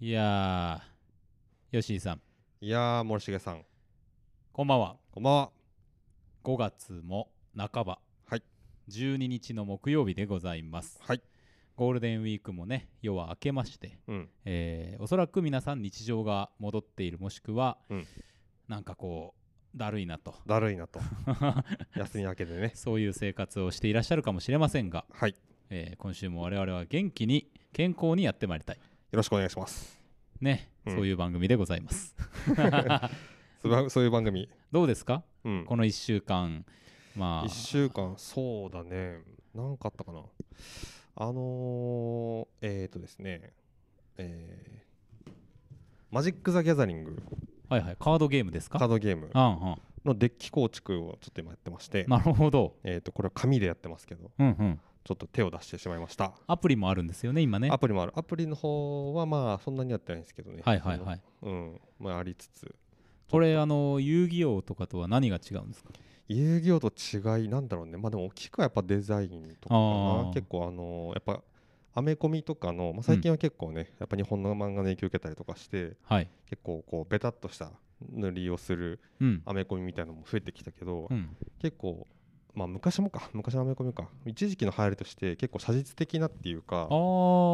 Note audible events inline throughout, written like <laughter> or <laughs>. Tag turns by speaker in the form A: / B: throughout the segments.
A: いやー、吉井さん、
B: いやー、森重さん、
A: こんばんは。
B: こんばんは。
A: 5月も半ば、
B: はい、
A: 12日の木曜日でございます。
B: はい。
A: ゴールデンウィークもね、夜は明けまして、
B: うん。
A: えーおそらく皆さん日常が戻っている、もしくは、
B: うん
A: なんかこう、だるいなと、 <laughs>
B: だるいな <laughs> と。休み明けでね。
A: そういう生活をしていらっしゃるかもしれませんが、
B: はい。よ
A: えー今週も我々は元気に、健康にやってまいりたい。
B: ろしくお願いします。
A: ね、
B: うん
A: そういう番組でござい
B: <laughs>
A: ます。 <laughs>
B: そういうそういう番組。
A: どうですか
B: うん。
A: この1週間、ま
B: 1週間、そうだね。なんかあったかな。あのー、えーとですね、えーマジック・ザ・ギャザリング、
A: あ、はいはい、カードゲームです
B: カー
A: か
B: ドゲーム
A: あんはん
B: のデッキ構築をちょっと今やってまして、
A: なるほど。
B: えーと、これは紙でやってますけど、
A: うんうん。
B: ちょっと手を出してしまいました。
A: アプリもあるんですよね、今ね。
B: アプリもある。アプリの方はまあ、そんなにやってないんですけどね。。
A: はいはいはいい。
B: うん。まあ、ありつつ。
A: これ、あの、遊戯王とかとは何が違うんですか
B: 遊戯王と違いなんだろうねまあでも大きくはやっぱデザインとかか
A: あ
B: な
A: ー
B: 結構あのーやっぱアメコミとかの、まあ、最近は結構ね、やっぱ日本の漫画の影響を受けたりとかして
A: はい。
B: 結構こうベタっとした塗りをする
A: うん。
B: アメコミみたいなのも増えてきたけど、
A: うん、
B: 結構まあ昔もか昔のアメコミか一時期の流行りとして結構写実的なっていうか
A: あ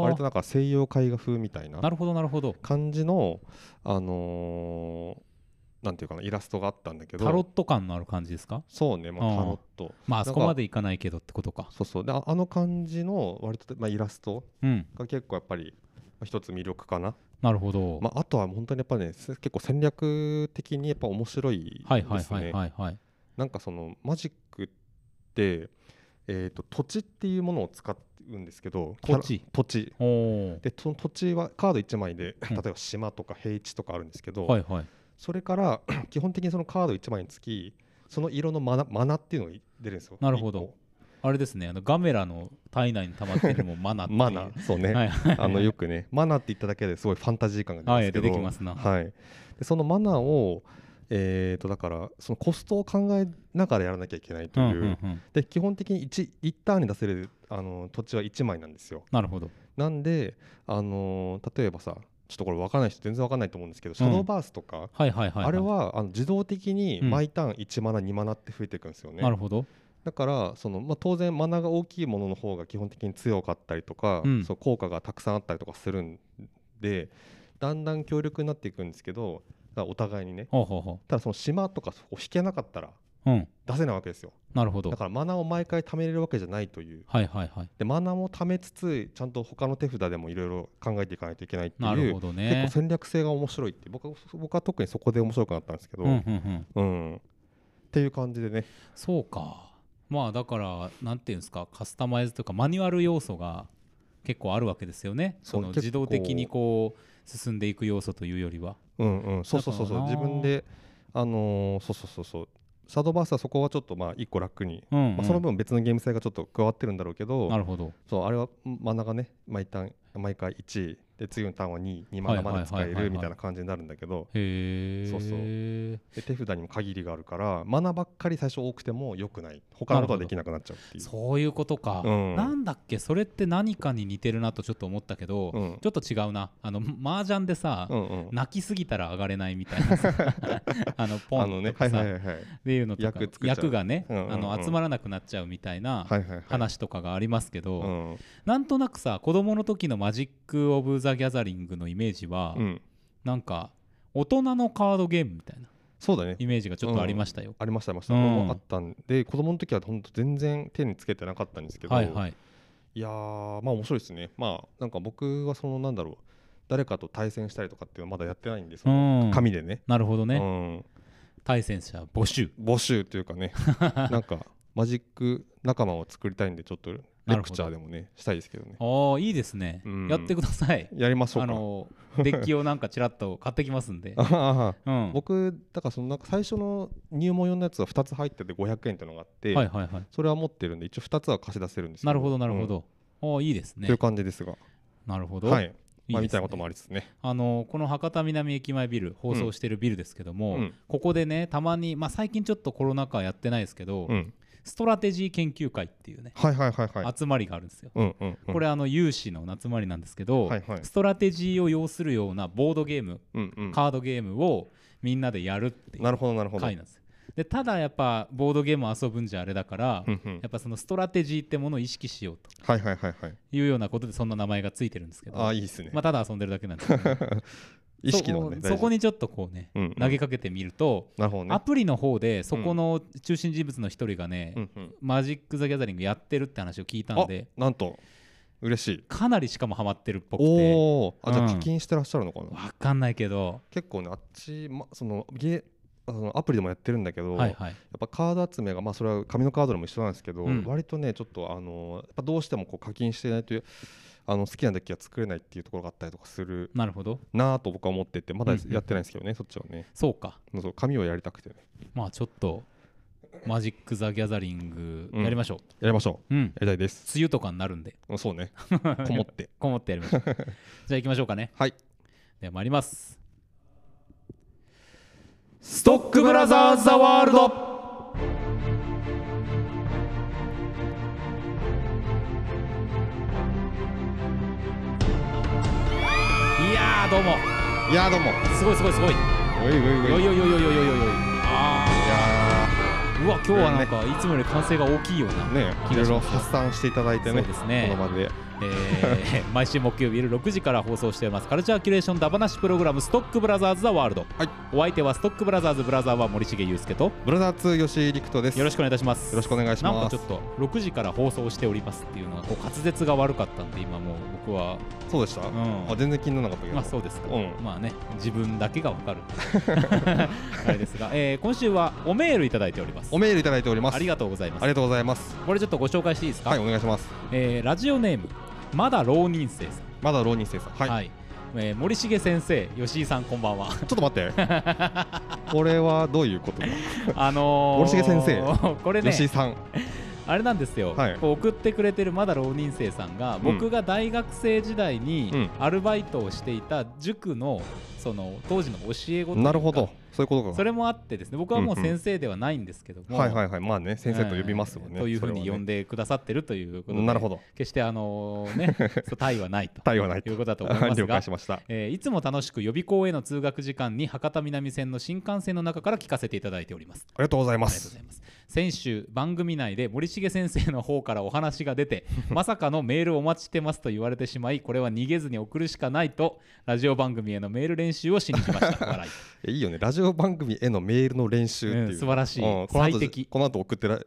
B: 割と
A: ー
B: なんか西洋絵画風みたいな
A: なるほど、なるほど。
B: 感じのあのーなんていうかなイラストがあったんだけど
A: タロット感のある感じですか
B: そうね、まあ、
A: あー
B: タロット
A: まあ、あそこ
B: なんか
A: までいかないけどってことか。
B: そうそうでああの感じの割と、まあ、イラスト
A: うん。
B: が結構やっぱりまあ一つ魅力かな、
A: なるほど。
B: まあ、あとは本当にやっぱねす結構戦略的にやっぱ面白い
A: はいは
B: で
A: い
B: す
A: はい
B: ね
A: はいはい。
B: なんかそのマジックって、えー、と土地っていうものを使うんですけどキャラ
A: 土地
B: 土地
A: おお。
B: でその土地はカード1枚で
A: うん
B: 例えば島とか平地とかあるんですけど、
A: はいはい。
B: それから <clears throat> 基本的にそのカード1枚につきその色のマナマナっていうのが出るんですよ
A: なるほど
B: 一個
A: あれですね、あのガメラの体内に溜まってるのもマナっていう。
B: マナそうね、
A: はいはい。
B: <laughs> あのよくね、マナーって言っただけですごいファンタジー感が
A: はい、出
B: 出て
A: て
B: き
A: き
B: ま
A: ますすな。
B: けど、はい、でそのマナーを、えー、とだからそのコストを考えながらやらなきゃいけないと
A: うん
B: いうう、
A: んうん。
B: で基本的に 1, 1ターンに出せるあの土地は1枚なんですよ。
A: なるほど。
B: なんで、あのー例えばさ、ちょっとこれ分かんない人、全然分かんないと思うんですけど、シャドーバースとか、
A: はいはいはいい。
B: あれはあの自動的に
A: うん
B: 毎ターン1マナ、2マナって増えていくんですよね。
A: なるほど。
B: だからその、まあ、当然マナが大きいものの方が基本的に強かったりとか、
A: うん
B: その効果がたくさんあったりとかするんでだんだん強力になっていくんですけどだからお互いにね
A: ほうほうほ
B: ただその島とかそこ引けなかったら
A: う。うん。
B: 出せないわけですよ
A: なるほど
B: だ。からマナを毎回貯めれるわけじゃないという
A: はいはいはい。
B: でマナも貯めつつちゃんと他の手札でもいろいろ考えていかないといけないって
A: ないる
B: う
A: ほど
B: 結構
A: ね。
B: 戦略性が面白いって僕は僕は特にそこで面白くなったんですけど、
A: うんうんうん。
B: うんっていう感じでね
A: そうか。まあだから、なんていうんですか、カスタマイズとかマニュアル要素が結構あるわけですよね。
B: そ
A: そうの
B: 結構
A: 自動的にこう進んでいく要素というよりは。
B: うんうん、そうそうそうそう
A: だからな
B: 自分であのーそうそうそうそうシャドーバースはそこはちょっとまあ一個楽に、
A: うん、うん
B: まあ、その分別のゲーム性がちょっと加わってるんだろうけど
A: なるほど。
B: そうあれはマナがね毎ターン毎回1で次のターンは22マナまで使
A: はい
B: え
A: はいはいはいは
B: る
A: い
B: みたいな感じになるんだけど
A: へえ。
B: そうそう
A: う。
B: で手札にも限りがあるからマナばっかり最初多くても良くない他のことはできなくなっちゃうっていう。
A: そういうことか、
B: うん
A: なんだっけ、それって何かに似てるなとちょっと思ったけど、
B: うん
A: ちょっと違うな。あの、麻雀でさ、
B: うんうん、
A: 泣きすぎたら上がれないみたいな
B: <laughs>
A: さあのポ
B: あ
A: ン
B: のね
A: とか
B: はい
A: さ、
B: はいはいはい
A: っていうのとか
B: 役作っちゃう
A: 役がね、
B: うんうんうん
A: あの集まらなくなっちゃうみたいな
B: はいはいはい
A: 話とかがありますけど、
B: うん
A: なんとなくさ子供の時のマジック・オブ・ザ・ギャザリングのイメージは、
B: うん、
A: なんか大人のカードゲームみたいな
B: そうだね
A: イメージがちょっとありましたよ。
B: ありましたありました、
A: うん
B: 僕もあったんで子供の時は本当全然手につけてなかったんですけど、
A: はいはい。
B: いやーまあ面白いですねまあなんか僕はそのなんだろう誰かと対戦したりとかっていうのはまだやってないんです
A: う
B: よ、
A: ん、
B: 紙でね
A: なるほどね、
B: う
A: 対戦者募集。
B: ん、募集というかね
A: <laughs>
B: なんかマジック仲間を作りたいんでちょっとレクチャーでもねしたいですけどね
A: ああいいですね、
B: うん
A: やってください。
B: やりましょ
A: あ
B: うか。
A: のデッキをなんかちらっと買ってきますんで
B: <laughs> あ
A: う
B: ー
A: ん、
B: 僕だからそのなんか最初の入門用のやつは2つ入ってて500円っていうのがあって、
A: はいはいはい。
B: それは持ってるんで一応2つは貸し出せるんですけ
A: なるほどなるほ
B: うん
A: ど。ああいいです
B: と
A: ね
B: いう。感じですが
A: なるほど。
B: はいい
A: です
B: まあ
A: ね
B: みたいなこともありつつね
A: あのこの博多南駅前ビル放送してるビルですけども、
B: うん
A: ここでねたまに、まあ、最近ちょっとコロナ禍やってないですけど、
B: うん
A: ストラテジー研究会っていうね、
B: はいはいはいはい。
A: 集まりがあるんですよ。
B: うんうんうん。
A: これあの有志の集まりなんですけど、
B: はいはい
A: ストラテジーを要するようなボードゲーム、
B: うんうん。
A: カードゲームをみんなでやるっていう
B: なるほどなるほど。
A: 会なんですよでただやっぱボードゲームを遊ぶんじゃあれだから、
B: うんうん
A: やっぱそのストラテジーってものを意識しようと
B: はいはいはいはい。
A: いうようなことでそんな名前がついてるんですけど
B: ああいいですね。
A: まあ、ただ遊んでるだけなんですけど、
B: <laughs> 意識のね。
A: そ
B: 大
A: そ
B: 事
A: こ。にちょっとこうね、
B: うんうん
A: 投げかけてみると、
B: なるほどね
A: ア。プリの方でそこの中心人物の一人がね、
B: うんうん。
A: マジック・ザ・ギャザリングやってるって話を聞いたん
B: あ
A: で
B: なんと嬉しい。
A: かなりしかもハマってるっぽくて
B: おお。あじゃあ
A: うん
B: 課金してらっしゃるのかな。
A: わかんないけど
B: 結構ねあっち、ま、そのゲーあそのアプリでもやってるんだけど、
A: はい
B: やっ
A: はい
B: ぱカード集めが、まあ、それは紙のカードでも一緒なんですけど、
A: うん
B: 割とねちょっとあのやっぱどうしてもこう課金してないというあの好きなデッキが作れないっていうところがあったりとかする
A: なるほど
B: なぁと僕は思っててまだ
A: うんうん
B: やってないんですけどね、そっちはね
A: そうか
B: そう紙をやりたくてね
A: まあちょっとマジック・ザ・ギャザリング
B: うん
A: やりましょ
B: やりましょう
A: ううん、梅
B: やりたいです
A: 雨とかになるんで
B: う
A: <laughs>
B: んそうねこもって
A: こもってやりま
B: <laughs>
A: しょうじゃあ行きましょうかね
B: はい
A: では参りますストックブラザーズ・ザ・ワールドいやーどうも
B: いやーどうも
A: すごいすごいすごい
B: おいおいおい
A: よいよいよ
B: いや
A: いよいよいよいよいあーうわ今日はなん
B: こ
A: かいつもより歓声が大きいような、
B: ーね
A: 気
B: いろ
A: が
B: い
A: し
B: ろ
A: ます
B: 発散していただいてね
A: そうですね
B: この場で
A: えー <laughs> 毎週木曜日夜6時から放送しておりますカルチャーキュレーションダバなしプログラムストックブラザーズ・ザ・ワールド、
B: はい
A: お相手はストックブラザーズ・ブラザーは森重裕介と
B: ブラザー2吉井陸斗です
A: よろしくお願いいたします
B: よろしくお願いします
A: なんかちょっと6時から放送しておりますっていうのがこう滑舌が悪かったんで今もう僕は
B: そうでした、
A: ん
B: あ全然気にならなかったけど、
A: まあそうですか、
B: うん
A: まあね自分だけがわかる <laughs> あれですが、えー今週はおメールいただいております
B: おメールいただいております
A: ありがとうございま
B: あ
A: す
B: りがとうございます
A: これちょっとご紹介していいですか、
B: はいお願いします
A: えーラジオネームまだ浪人生さん
B: まだ浪人生さんはい、
A: はい、えー森重先生、吉井さん、こんばん
B: <laughs>
A: は。
B: ちょっと待
A: <laughs>
B: ってこれはどういうことだ、
A: あのー、
B: 森重先生
A: <laughs> これね、
B: 吉井さん
A: あれなんですよ、
B: はい
A: こう送ってくれてるまだ浪人生さんが、
B: ん
A: 僕が大学生時代
B: う
A: に
B: ん
A: アルバイトをしていた塾のその当時の教え子というか
B: なるほどそういうことか
A: それもあってですね僕はもう
B: うんうん
A: 先生ではないんですけども、
B: はいはいはいまあね先生と呼びますもんね、
A: えーというふうに呼ん
B: で、
A: でくださってるということで、
B: なるほ
A: ど
B: ど
A: 決してあのーね
B: <laughs>
A: そう対はないと
B: 対はない
A: いうことだと思いますが
B: 了解しました
A: えーいつも楽しく予備校への通学時間に博多南線の新幹線の中から聞かせていただいております。
B: ありがとうござい
A: あ
B: ま
A: りがとうご
B: す
A: ざいます先週番組内で森重先生の方からお話が出 <laughs> てまさかのメールお待ちしてますと言われてしまいこれは逃げずに送るしかないとラジオ番組へのメール練習をしに来ました <laughs> 笑い、
B: えいいよねラジオ番組へのメールの練習ってい
A: う
B: う、
A: ん素晴らしい
B: うんこの後
A: 最適
B: この後送ってら、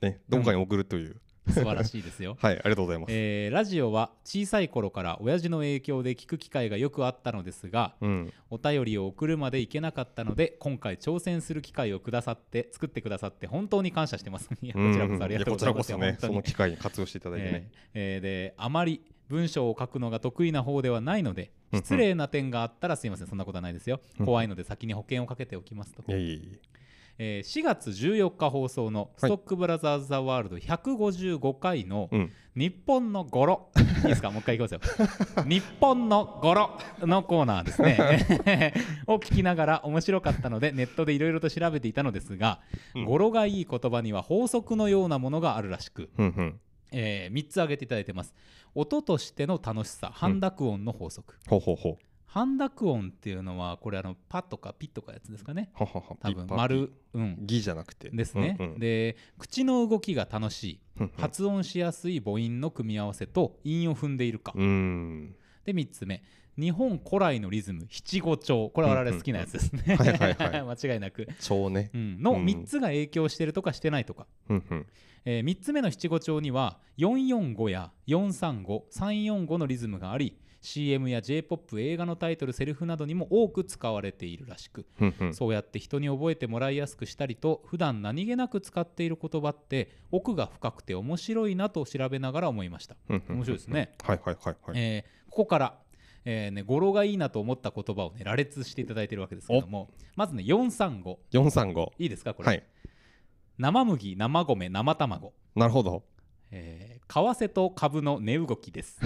B: ね、どこかに送るという、
A: 素晴らしいです <laughs> よ
B: はいありがとうございます、
A: えーラジオは小さい頃から親父の影響で聞く機会がよくあったのですが
B: うん
A: お便りを送るまでいけなかったので今回挑戦する機会をくださって作ってくださって本当に感謝してます <laughs> いやこちらこそありがとうございます
B: んんやこちらこそね、その
A: 本
B: 機会に活用していた
A: 当
B: だい
A: に
B: てね。
A: えーえーであまり文章を書くのが得意な方ではないので
B: うんうん
A: 失礼な点があったらすいませんそんなことはないですよ
B: うん
A: 怖いので先に保険をかけておきますと、
B: いやいやいや
A: えー4月14日放送の「ストックブラザーズ・ザ・ワールド155回」の「
B: うん。
A: 日本の語呂いいですかもう一回いき
B: <laughs>
A: ますよ日本の語呂のコーナーですね <laughs> を聞きながら面白かったのでネットでいろいろと調べていたのですが、
B: うん
A: 語呂がいい言葉には法則のようなものがあるらしく、
B: うんうん。
A: え3つ挙げていただいてます音としての楽しさ半濁音の法則、
B: ほうほうほう。
A: 半濁音っていうのはこれあのパとかピとかやつですかね
B: ははは。
A: 多分丸うん
B: ギじゃなくて。
A: ですね、
B: うんうん
A: で口の動きが楽しい
B: うんうん
A: 発音しやすい母音の組み合わせと韻を踏んでいるか、
B: うーん。
A: で3つ目日本古来のリズム七五調これは我々好きなやつですね、
B: うんうんうんはいはい
A: <laughs> 間違いなく、
B: 蝶ね
A: う。ん、の
B: うん
A: 3つが影響してるとかしてないとか、
B: うんうん。
A: え3つ目の七五調には445や435345のリズムがあり CM や j p o p 映画のタイトルセリフなどにも多く使われているらしく、
B: うんうん。
A: そうやって人に覚えてもらいやすくしたりと普段何気なく使っている言葉って奥が深くて面白いなと調べながら思いました、
B: うんうん
A: 面白いですね。
B: はいはいはいはい。
A: えーここから、えーね、語呂がいいなと思った言葉を、ね、羅列していただいているわけですけどもまずね435
B: 四三五。
A: いいですかこれ、
B: はい。
A: 生麦生米生卵、
B: なるほど。 <laughs>
A: えー為替と株の値動きです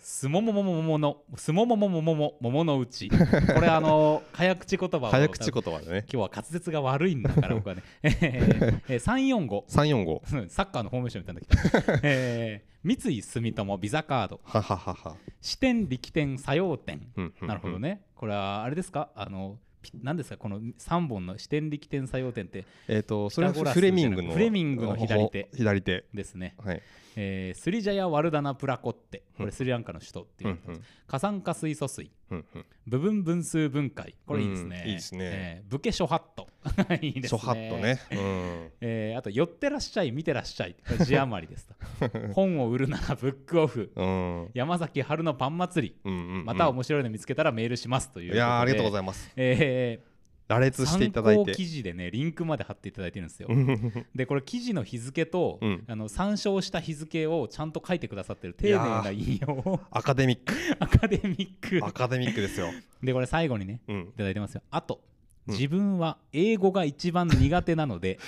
A: すもももももものすもももももももものうちこれあ
B: <laughs>
A: の早口言葉を
B: 早口言葉だね
A: 今日は滑舌が悪いんだから僕は
B: <laughs>
A: ねえーえー345
B: 345
A: うんサッカーのフォーメーションみたいになってき
B: <laughs>
A: た、えー三井住友ビザカード
B: はははは、
A: 支店力点作用点
B: うんうんう
A: <laughs>
B: ん
A: なるほどねこれはあれですかあのピ何ですかこの3本の支店力点作用点って
B: えっ、とそれは
A: ピタゴラス
B: フレミング
A: じゃな
B: の
A: くフレミングの左手
B: ほ左手
A: ですね、
B: はい、
A: えースリジャヤ・ワルダナ・プラコッテこ
B: う
A: れ
B: ん
A: スリランカの首都って
B: う
A: い
B: ん
A: う、
B: うん
A: 過酸化水素水
B: うんうん、
A: 部分分数分解これいいですね、
B: うんいいですね
A: えーブケショハット <laughs> いいです
B: ショ
A: ね
B: ハットね、うん、
A: えーあと「寄ってらっしゃい見てらっしゃい」これ字余りですと
B: <laughs>
A: 本を売るならブックオフ
B: うん
A: 山崎春のパン祭り
B: うんうんうん
A: また面白いの見つけたらメールしますという
B: いやーありがとうご
A: います、
B: ざいます
A: え
B: 羅
A: ー
B: 列していただい
A: 参考
B: て
A: 記事でねリンクまで貼っていただいてるんですよ、
B: うんうん
A: でこれ記事の日付と、
B: うん
A: あの参照した日付をちゃんと書いてくださってる丁寧な引用 <laughs> を
B: <laughs> アカデミック
A: アカデミッ
B: ア
A: ク
B: カデミックですよ、
A: でこれ最後にね
B: うん
A: い、ただいてますよあと
B: うん
A: 自分は英語が一番苦手なの
B: <laughs>
A: で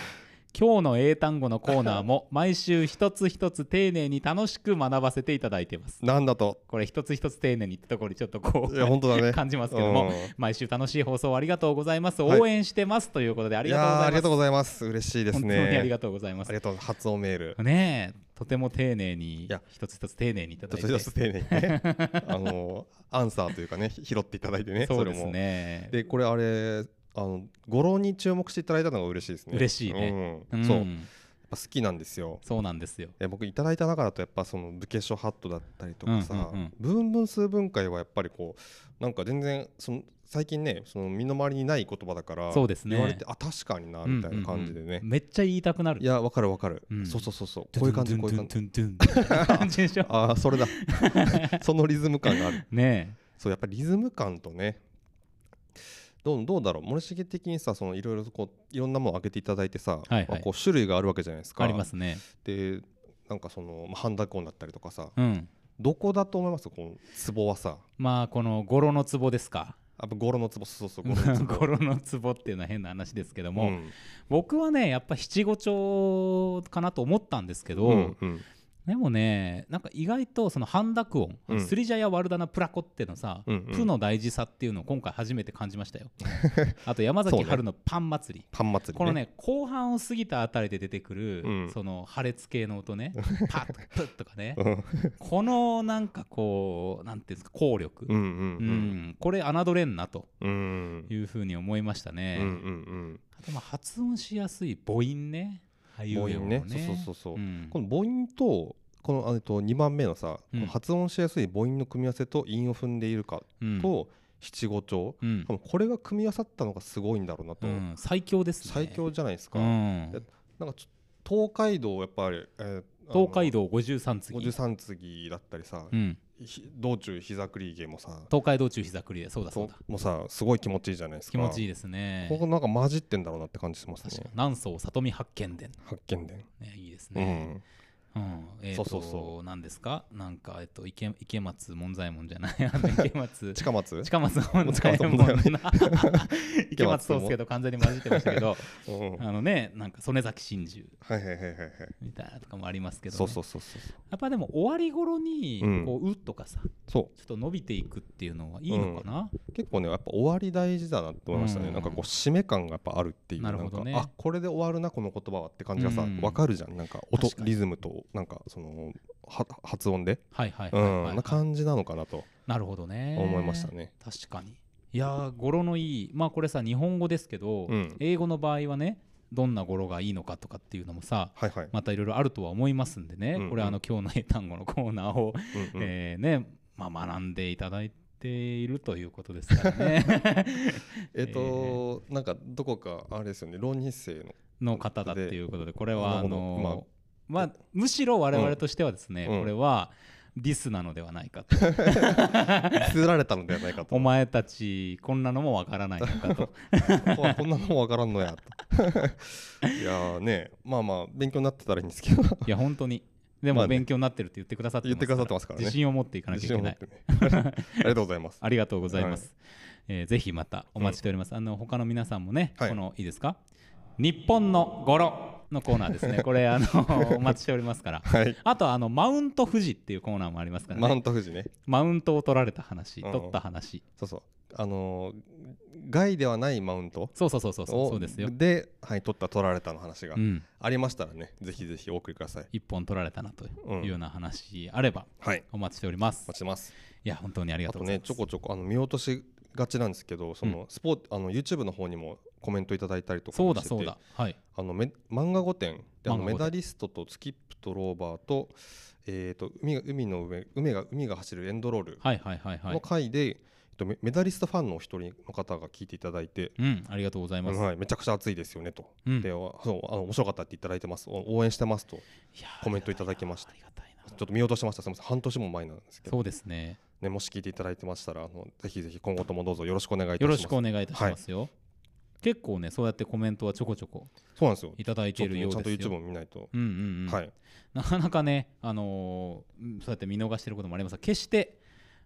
A: 今日の英単語のコーナーも毎週一つ一つ丁寧に楽しく学ばせていただいてます
B: なんだ
A: <laughs>
B: と
A: これ一つ一つ丁寧にってところにちょっとこ
B: いや本
A: う
B: 当だね
A: <laughs> 感じますけども
B: うん
A: 毎週楽しい放送ありがとうございます
B: はい
A: 応援してますということであ
B: い
A: りがとうご
B: やー
A: ざ
B: あ
A: いま
B: りが
A: す
B: とうございます嬉しいです
A: 本当に
B: ね
A: ありがとうございま
B: あ
A: す
B: りがとう発音メール
A: ねえとても丁寧に
B: いや
A: 一つ一つ丁寧にいただい
B: ち
A: て
B: ょっと一つ丁寧にね
A: <laughs>
B: あのアンサーというかね拾っていただいてね
A: そうです
B: れも
A: ね
B: でこれあれあの語呂に注目していただいたのが嬉しいですね
A: 嬉しいね
B: うん
A: ん
B: そうやっぱ好きなんですよ
A: そうなんですよ
B: え僕いただいた中だとやっぱその武家書ハットだったりとかさ、
A: うんうんうん
B: 分分数分解はやっぱりこうなんか全然その最近ねその身の回りにない言葉だから
A: そうですね
B: 言われてあ確かになみたいな感じでね、
A: うんうんうんめっちゃ言いたくなる
B: いやわかるわかる、
A: うん
B: そうそうそうそうこういう感じこういう感じ
A: じ。みたいな感じでしょ。
B: ああ
A: <laughs>
B: それだそのリズム感がある
A: ね
B: そうやっぱりリズム感とねどうどうだろう森重的にさそのいろいろとこういろんなものを挙げていただいてさ、
A: はい
B: まあこう種類があるわけじゃないです
A: え、
B: か
A: ありますね。
B: でなんかその、まあ、ハンダコンだったりとかさ、
A: うん。
B: どこだと思いますこのツボはさ
A: まあこの語呂のツボですか。
B: やっぱゴロのツボそうそう
A: <laughs>
B: そうゴロのツボ
A: 語呂のツボっていうのは変な話ですけども、
B: うん
A: 僕はねやっぱ七五調かなと思ったんですけど、
B: うんうん
A: でもねなんか意外とその半濁音、
B: うん
A: スリジャヤワルダナプラコってのさ、
B: うんうん
A: プの大事さっていうのを今回初めて感じま
B: <laughs>
A: したよあと山
B: そ
A: 崎
B: うね
A: 春のパン祭り、
B: パン祭り
A: このね後半を過ぎたあたりで出てくる、
B: うん
A: その破裂系の
B: <laughs>
A: 音ねパップッとかね
B: うん
A: このなんかこうなんていうんですか効力、
B: うん
A: う
B: うん
A: んこれ侮れんなと
B: うんうん
A: いうふうに思いましたね、
B: うんうん
A: あとまあ発音しやすい母音ねああいう
B: 母
A: よう
B: 音
A: な
B: ねそうそうそうそう
A: うん
B: この母音とこのあえっと2番目のさ、
A: うん
B: この発音しやすい母音の組み合わせと韻を踏んでいるか
A: うん
B: と七五調、
A: うん
B: 多分これが組み合わさったのがすごいんだろうなと、
A: うん最強ですね
B: 最強じゃないですか、
A: うん
B: やっなんかちょ東海道やっぱり、えーあの
A: 東海道53次
B: 53次だったりさ、
A: うん、
B: ひ道中膝クリーゲもさ
A: 東海道中膝栗でそうだ
B: そ
A: そううだ
B: もうさすごい気持ちいいじゃないですか
A: 気持ちいい
B: い
A: ですね
B: ここなんか混じってんだろうなって感じします
A: 確か
B: ね
A: に南宋里見八犬伝、
B: 発見で、
A: ね、いいです
B: う
A: ね、
B: ん、
A: うん、えー、
B: そ
A: と
B: うそうそ
A: 何ですかなんか、えっと、池池松門左衛門じゃないあ
B: <laughs>
A: の池松
B: 近松
A: 近松門左衛門
B: 近松
A: な池松壮亮と完全に混じってましたけど
B: うん、はい
A: あのねなんか曽根崎真珠
B: はいはいはいはい
A: みたいなとかもありますけどね、
B: そうそうそうそう
A: やっぱでも終わり頃に
B: うん
A: こう「う」とかさ
B: そ
A: ちょっと伸びていくっていうのはいいのかな、
B: う結構ねやっぱ終わり大事だなって思いましたね、
A: うん
B: なんかこう締め感がやっぱあるっていう
A: なるほどね
B: んかあこれで終わるなこの言葉はって感じがさ、
A: うん
B: わかるじゃんなんか音
A: 確かに
B: リズムとなんかそのは発音で、
A: はいはい
B: うん
A: はいはい、はい
B: な感じなのかなと
A: なるほどね
B: 思いましたね、
A: 確かにいやー語呂のいいまあこれさ日本語ですけど、
B: うん
A: 英語の場合はねどんな語呂がいいのかとかっていうのもさ
B: はいはい、
A: またいろいろあるとは思いますんでね、
B: うんうん
A: これあの今日の英単語のコーナーを、
B: うんうん
A: えーね、まあ、学んでいただいているということですから
B: <laughs>
A: ね
B: えっ、と、なんかどこかあれですよね浪人生の
A: の方だっていうことでこれはあ
B: なるほどまあ
A: のまあ、むしろ我々としてはですね、
B: うん
A: これはディスなのではないかと
B: 釣られたのではないか
A: <laughs>
B: と
A: お前たちこんなのもわからないのか
B: <laughs>
A: と
B: こ <laughs> こんなのもわからんのや <laughs> といやーねまあまあ勉強になってたらいいんですけど
A: いや本当にで
B: まあ
A: も
B: ね
A: 勉強になってるって言ってくださってます
B: 言ってくださってますからね
A: 自信を持っていかなきゃ
B: 自
A: い
B: 信
A: け
B: を持
A: ない
B: ってね <laughs> ありがとうございます
A: ありがとうございます、えーぜひまたお待ちしております、あの他の皆さんもね、
B: はい
A: このいいですか日本の語呂のコーナー
B: <laughs>
A: ですね。これ、あの、お待ちしておりますから。
B: はい
A: あと、あの、マウント富士っていうコーナーもありますから
B: マウ
A: ね。
B: ント富士ね
A: マウントを取られた話、
B: うん
A: 取った話。
B: そうそうあのー害ではないマウント
A: そうそうそうそうそう、
B: を
A: そうですよ。
B: ではい取った取られたの話が
A: うん。
B: ありましたらねぜひぜひお送りください
A: 一本取られたなといううんような話あれば、
B: はい
A: お待ちしております
B: 待。ちしてます
A: いや、本当にありが
B: あ
A: と
B: と
A: うござい
B: ね
A: ます。
B: ちょこちょこあの見落としがちなんですけどそのスポーツあの YouTube の方にもコメントいただいたりとか
A: そ
B: も
A: う
B: し
A: だ
B: てて
A: そうだ。はい。
B: あのめ漫画御殿であ
A: 漫画
B: の
A: 御殿
B: メダリストとスキップとローバーと,、えー、と海が海の上海が海が走るエンドロール
A: はいはいはいは
B: の
A: い。
B: 回で、えっと、メメダリストファンのお一人の方が聞いていただいて、
A: うん、ありがとうございます。
B: はい、めちゃくちゃ熱いですよねと、
A: うん
B: でおそうあの面白かったっていただいてますお応援してますとち
A: いや
B: コメントいただきました
A: ありがたいなありがたい
B: ょっと見落としましたすみません半年も前なんですけ
A: な
B: ど、
A: そうですね。
B: ね、もし聞いていただいてましたらあのぜひぜひ今後ともどうぞよろしくお願いいたし
A: よ
B: ます
A: ろしくお願いいたしますよ。結構ね、そうやってコメントはちょこちょこ
B: そうなんですよ
A: いただい
B: ち
A: て
B: ょ
A: い
B: っと
A: る
B: ね
A: よう
B: ちゃんと
A: です
B: YouTube
A: よ。
B: も見ないと、
A: うんうんうん。
B: はい
A: なかなかね、あのーうんそうやって見逃してることもありますが、決して、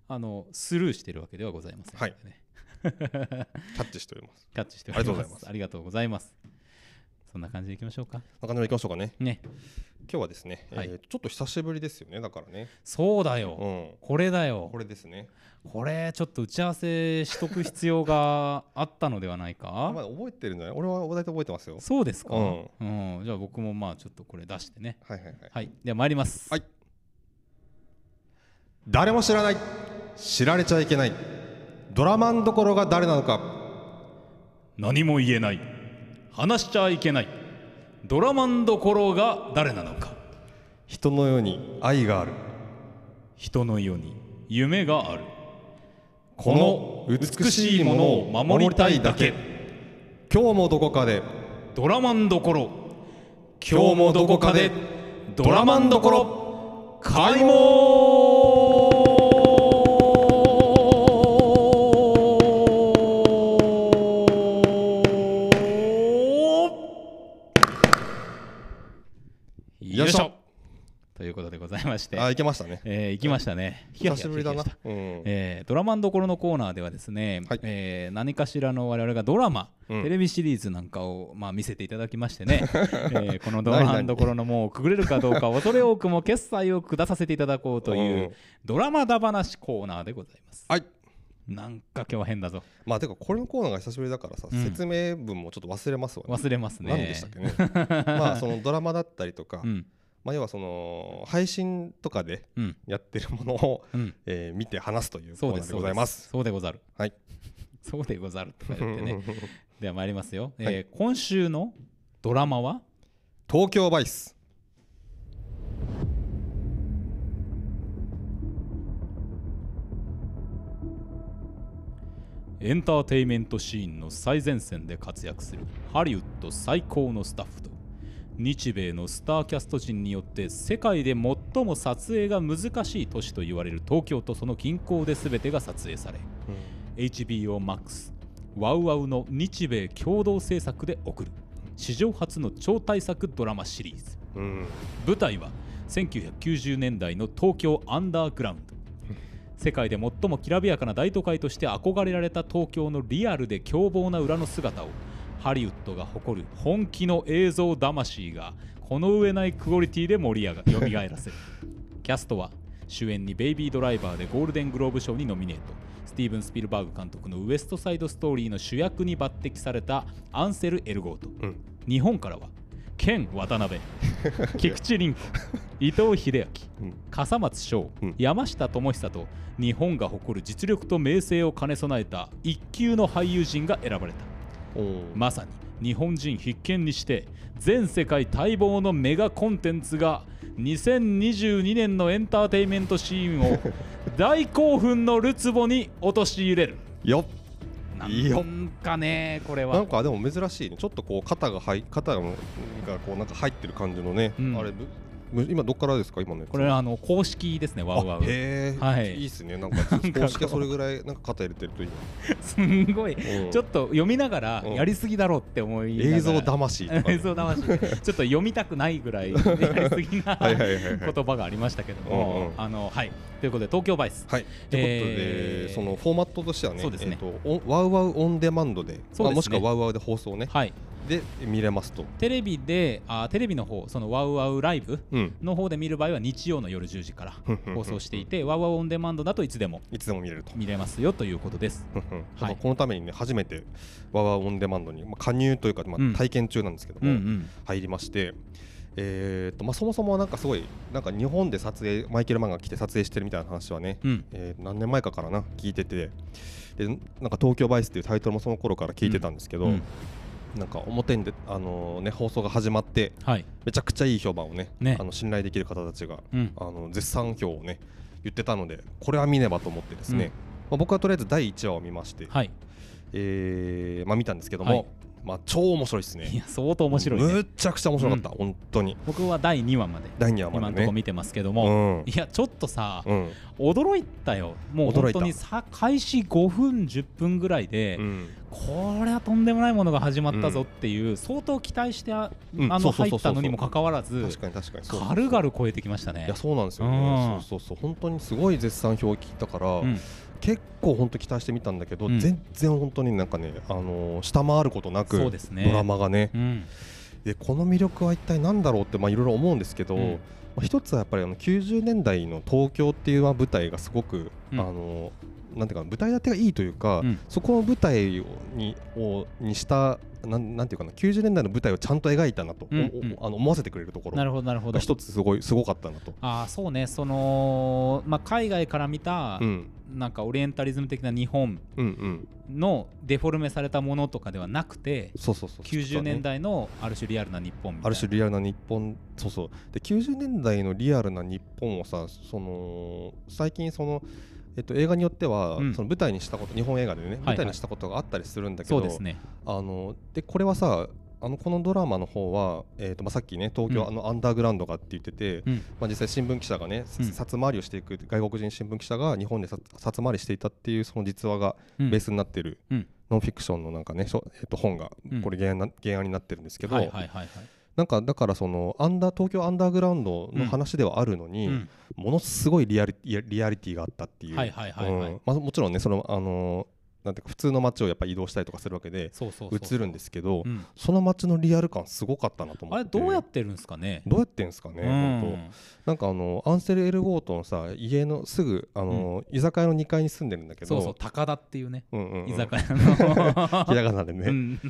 A: あのスルーしてるわけではございません、
B: はい
A: ね
B: キャッチしております
A: <laughs> キャッチしております。
B: ありがとうございます
A: ありがとうございます。そんな感じでいきましょうか。
B: こんな感じでいきましょうかね
A: ね、
B: 今日はですね、
A: はい
B: えーちょっと久しぶりですよねだからね
A: そうだ
B: う
A: よ。
B: ん
A: これだよ
B: これですね
A: これちょっと打ち合わせしとく必要があったのではない
B: あ
A: か
B: <laughs> まあ覚えてるんじゃない俺は大体覚えてますよ
A: そうですか、
B: う
A: うんじゃあ僕もまあちょっとこれ出してね
B: はいはいはい
A: はいでは参ります、
B: はい誰も知らない知られちゃいけないドラマンどころが誰なのか
A: 何も言えない話しちゃいけないドラマンどころが誰なのか
B: 人のように愛がある
A: 人の世に夢がある
B: この美しいものを守りたいだけ今日もどこかで
A: ドラマンどころ
B: 今日もどこかでドラマンどこ
A: ろ
B: 開門
A: よい
B: い
A: し
B: し
A: ょ
B: ょ
A: ということでございまして、
B: あいけましたね
A: えー行きましたね
B: 久しぶりだな
A: ヒヤヒヤしてきました
B: うん
A: えードラマンどころのコーナーではですね、
B: はい
A: えー何かしらの我々がドラマ、
B: うん
A: テレビシリーズなんかを、まあ、見せていただきまして
B: <laughs>
A: ね、えーこのドラマンどころのもうくぐれるかどうか恐れ多くも決済を下させていただこうという、
B: うん
A: ドラマだ話コーナーでございます
B: はい
A: なんか今日は変だぞ
B: まあてかこれのコーナーが久しぶりだからさ、
A: うん
B: 説明文もちょっと忘れますわね
A: 忘れますね
B: 何でしたっけ
A: <laughs>
B: ねまあそのドラマだったりとか、
A: うん
B: まあ要はその配信とかで
A: うん
B: やってるものを、
A: うん
B: えー見て話すというコ
A: そう
B: ーナ
A: で
B: ー
A: す
B: でございます。
A: そうでござる
B: はい。
A: そうでござるとか言ってねでは参りますよ、えー
B: はい
A: 今週のドラマは
B: 東京バイス。
A: エンターテインメントシーンの最前線で活躍するハリウッド最高のスタッフと日米のスターキャスト陣によって世界で最も撮影が難しい都市と言われる東京とその近郊で全てが撮影され HBO Max ワウワウの日米共同制作で送る史上初の超大作ドラマシリーズ
B: うん。
A: 舞台は1990年代の東京アンダーグラウンド世界で最もきらびやかな大都会として憧れられた東京のリアルで凶暴な裏の姿をハリウッドが誇る本気の映像魂がこの上ないクオリティで盛り上がよみがえらせるキャストは主演に「ベイビードライバー」でゴールデングローブ賞にノミネートスティーブン・スピルバーグ監督の「ウエスト・サイド・ストーリー」の主役に抜擢されたアンセル・エルゴート、
B: うん
A: 日本からはケン・渡
B: <laughs>
A: 辺菊池凛子伊藤英明
B: うん。
A: 笠松翔、
B: うん
A: 山下智久と日本が誇る実力と名声を兼ね備えた一級の俳優陣が選ばれた
B: おー
A: まさに日本人必見にして全世界待望のメガコンテンツが2022年のエンターテインメントシーン
B: <laughs>
A: を大興奮のるつぼに陥れる
B: よっ
A: ない
B: いよ
A: んかねこれ
B: なん
A: は
B: かでも珍しいね。ちょっとこう肩が入肩がこうなんか入ってる感じのね。
A: うん
B: あれぶむ今どっからですか今のやつ
A: これはあの公式ですねワウワ
B: あ
A: ウ
B: へえ、
A: はい
B: い、いっすねなんか
A: んか
B: 公式はそれぐらいなんか肩入れてるといい
A: すんごい
B: うん
A: <laughs> ちょっと読みながら
B: うん
A: やりすぎだろうって思いながら
B: 映像魂とかね、
A: <laughs> 映像魂ちょっと読みたくないぐらいやりすぎな
B: はいはいはいはい
A: 言葉がありましたけども
B: うんうん
A: あのはいということで東京バイス
B: はい、ということで、
A: えー
B: そのフォーマットとしてはね
A: そうですね
B: えーとおワウワウオンデマンドで
A: そうですね
B: まあもしくはワウワウで放送ね
A: はい
B: で見れますと、
A: テレビであテレビの方そのワウワウライブ
B: <laughs> うん、
A: の方で見る場合は日曜の夜10時から放送していてワウワウオンデマンドだといつでも
B: いつでも見れると。 <laughs>
A: 見れますよということです
B: ちょっとこのためにね初めてワウワウオンデマンドに、まあ、加入というか、ま
A: うん
B: あ、体験中なんですけど
A: うん
B: も、
A: うん
B: 入りまして、えーとまあ、そもそもなんかすごいなんか日本で撮影マイケル・マンが来て撮影してるみたいな話はね、
A: うん
B: えー何年前かからな聞いててでなんか「東京バイス」っていうタイトルもその頃から聞いてたんですけど、
A: うん
B: なんか表にで、あのね、放送が始まって
A: はい
B: めちゃくちゃいい評判をね
A: ね
B: あの信頼できる方たちが
A: うん
B: あの絶賛評をね言ってたのでこれは見ねばと思ってですね、まあ、僕はとりあえず第1話を見まして、
A: はい
B: えーまあ、見たんですけども、
A: はい
B: まあ、超面白いです
A: い
B: ね
A: や相当面白い
B: む
A: ね
B: っちゃくちゃ面白かった、本当に
A: 僕は第2話まで
B: 第2話
A: 今
B: ま
A: の
B: で
A: とこ
B: ね
A: 見てますけど
B: う
A: も
B: ん
A: いやちょっとさ
B: うん
A: 驚いたよもう
B: 驚
A: 本
B: いた
A: 当にさ開始5分10分ぐらいで
B: うん
A: これはとんでもないものが始まったぞっていう相当期待してあ
B: うん
A: あ
B: そ
A: の
B: うそう
A: 入
B: そ
A: っ
B: うそ
A: た
B: う
A: のにもかかわらず
B: 確かに確かにそうそうそう
A: 軽々超えてきましたね
B: いやそうなんですよ
A: うん
B: ねそうそうそう本当にすごい絶賛評を聞いたから、
A: うん
B: 結構本当期待してみたんだけど、
A: うん
B: 全然本当になんかね、あのー下回ることなく
A: そうですね
B: ドラマがね
A: うん
B: でこの魅力は一体何だろうってまあいろいろ思うんですけど、
A: うん
B: まあ、一つはやっぱりあの90年代の東京っていうまあ舞台がすごく、
A: うん
B: あのなんていうかな舞台立てがいいというか、
A: うん
B: そこの舞台をにをにしたなんなんていうかな90年代の舞台をちゃんと描いたなと、
A: うん
B: おお
A: うん
B: あの思わせてくれるところ
A: なるほどなるほ
B: が
A: ど
B: 一つすごいすごかったなと。
A: ああそうねその、まあ、海外から見た、
B: うん
A: なんかオリエンタリズム的な日本
B: うんうん、
A: のデフォルメされたものとかではなくて
B: そうそうそう
A: 90年代のある種リアルな日本みたいな
B: ある種リアルな日本そうそうで90年代のリアルな日本をさその最近その、えっと、映画によっては、
A: うん
B: その舞台にしたこと日本映画でね、
A: い
B: 舞台にしたことがあったりするんだけ
A: そ
B: ど
A: うですね
B: あのでこれはさあのこのドラマの方は、えっとまあ、さっきね東京、
A: うん
B: あのアンダーグラウンドがって言ってて、
A: うん
B: まあ、実際新聞記者がねさ
A: うん
B: 札回りをしていく外国人新聞記者が日本でさ札回りしていたっていうその実話が
A: うん
B: ベースになってる、
A: うん
B: ノンフィクションのなんかね、しょえっと本が
A: うん
B: これ原案な原案になってるんですけど、
A: はいはいはいはい
B: なんかだからそのアンダー東京アンダーグラウンドの話ではあるのに、
A: うん
B: ものすごいリアリリアリアリティがあったっていう、
A: はいはいはいはい
B: うんまあ、もちろんねその、あのーなんていうか普通の街をやっぱ移動したりとかするわけで
A: そうそうそうそう
B: 映るんですけど
A: うん
B: その街のリアル感すごかったなと思
A: あ
B: っ
A: れ
B: て
A: どうやってるんですかね
B: どうやってんですか
A: う
B: ね、
A: ん
B: 本当なんかあのアンセル・エル・ゴートのさ家のすぐ、あのー居酒屋の2階に住んでるんだけど
A: そうそう高田っていうね
B: うんうんうん
A: 居酒屋
B: <laughs>
A: の
B: ひらがなでね、
A: うん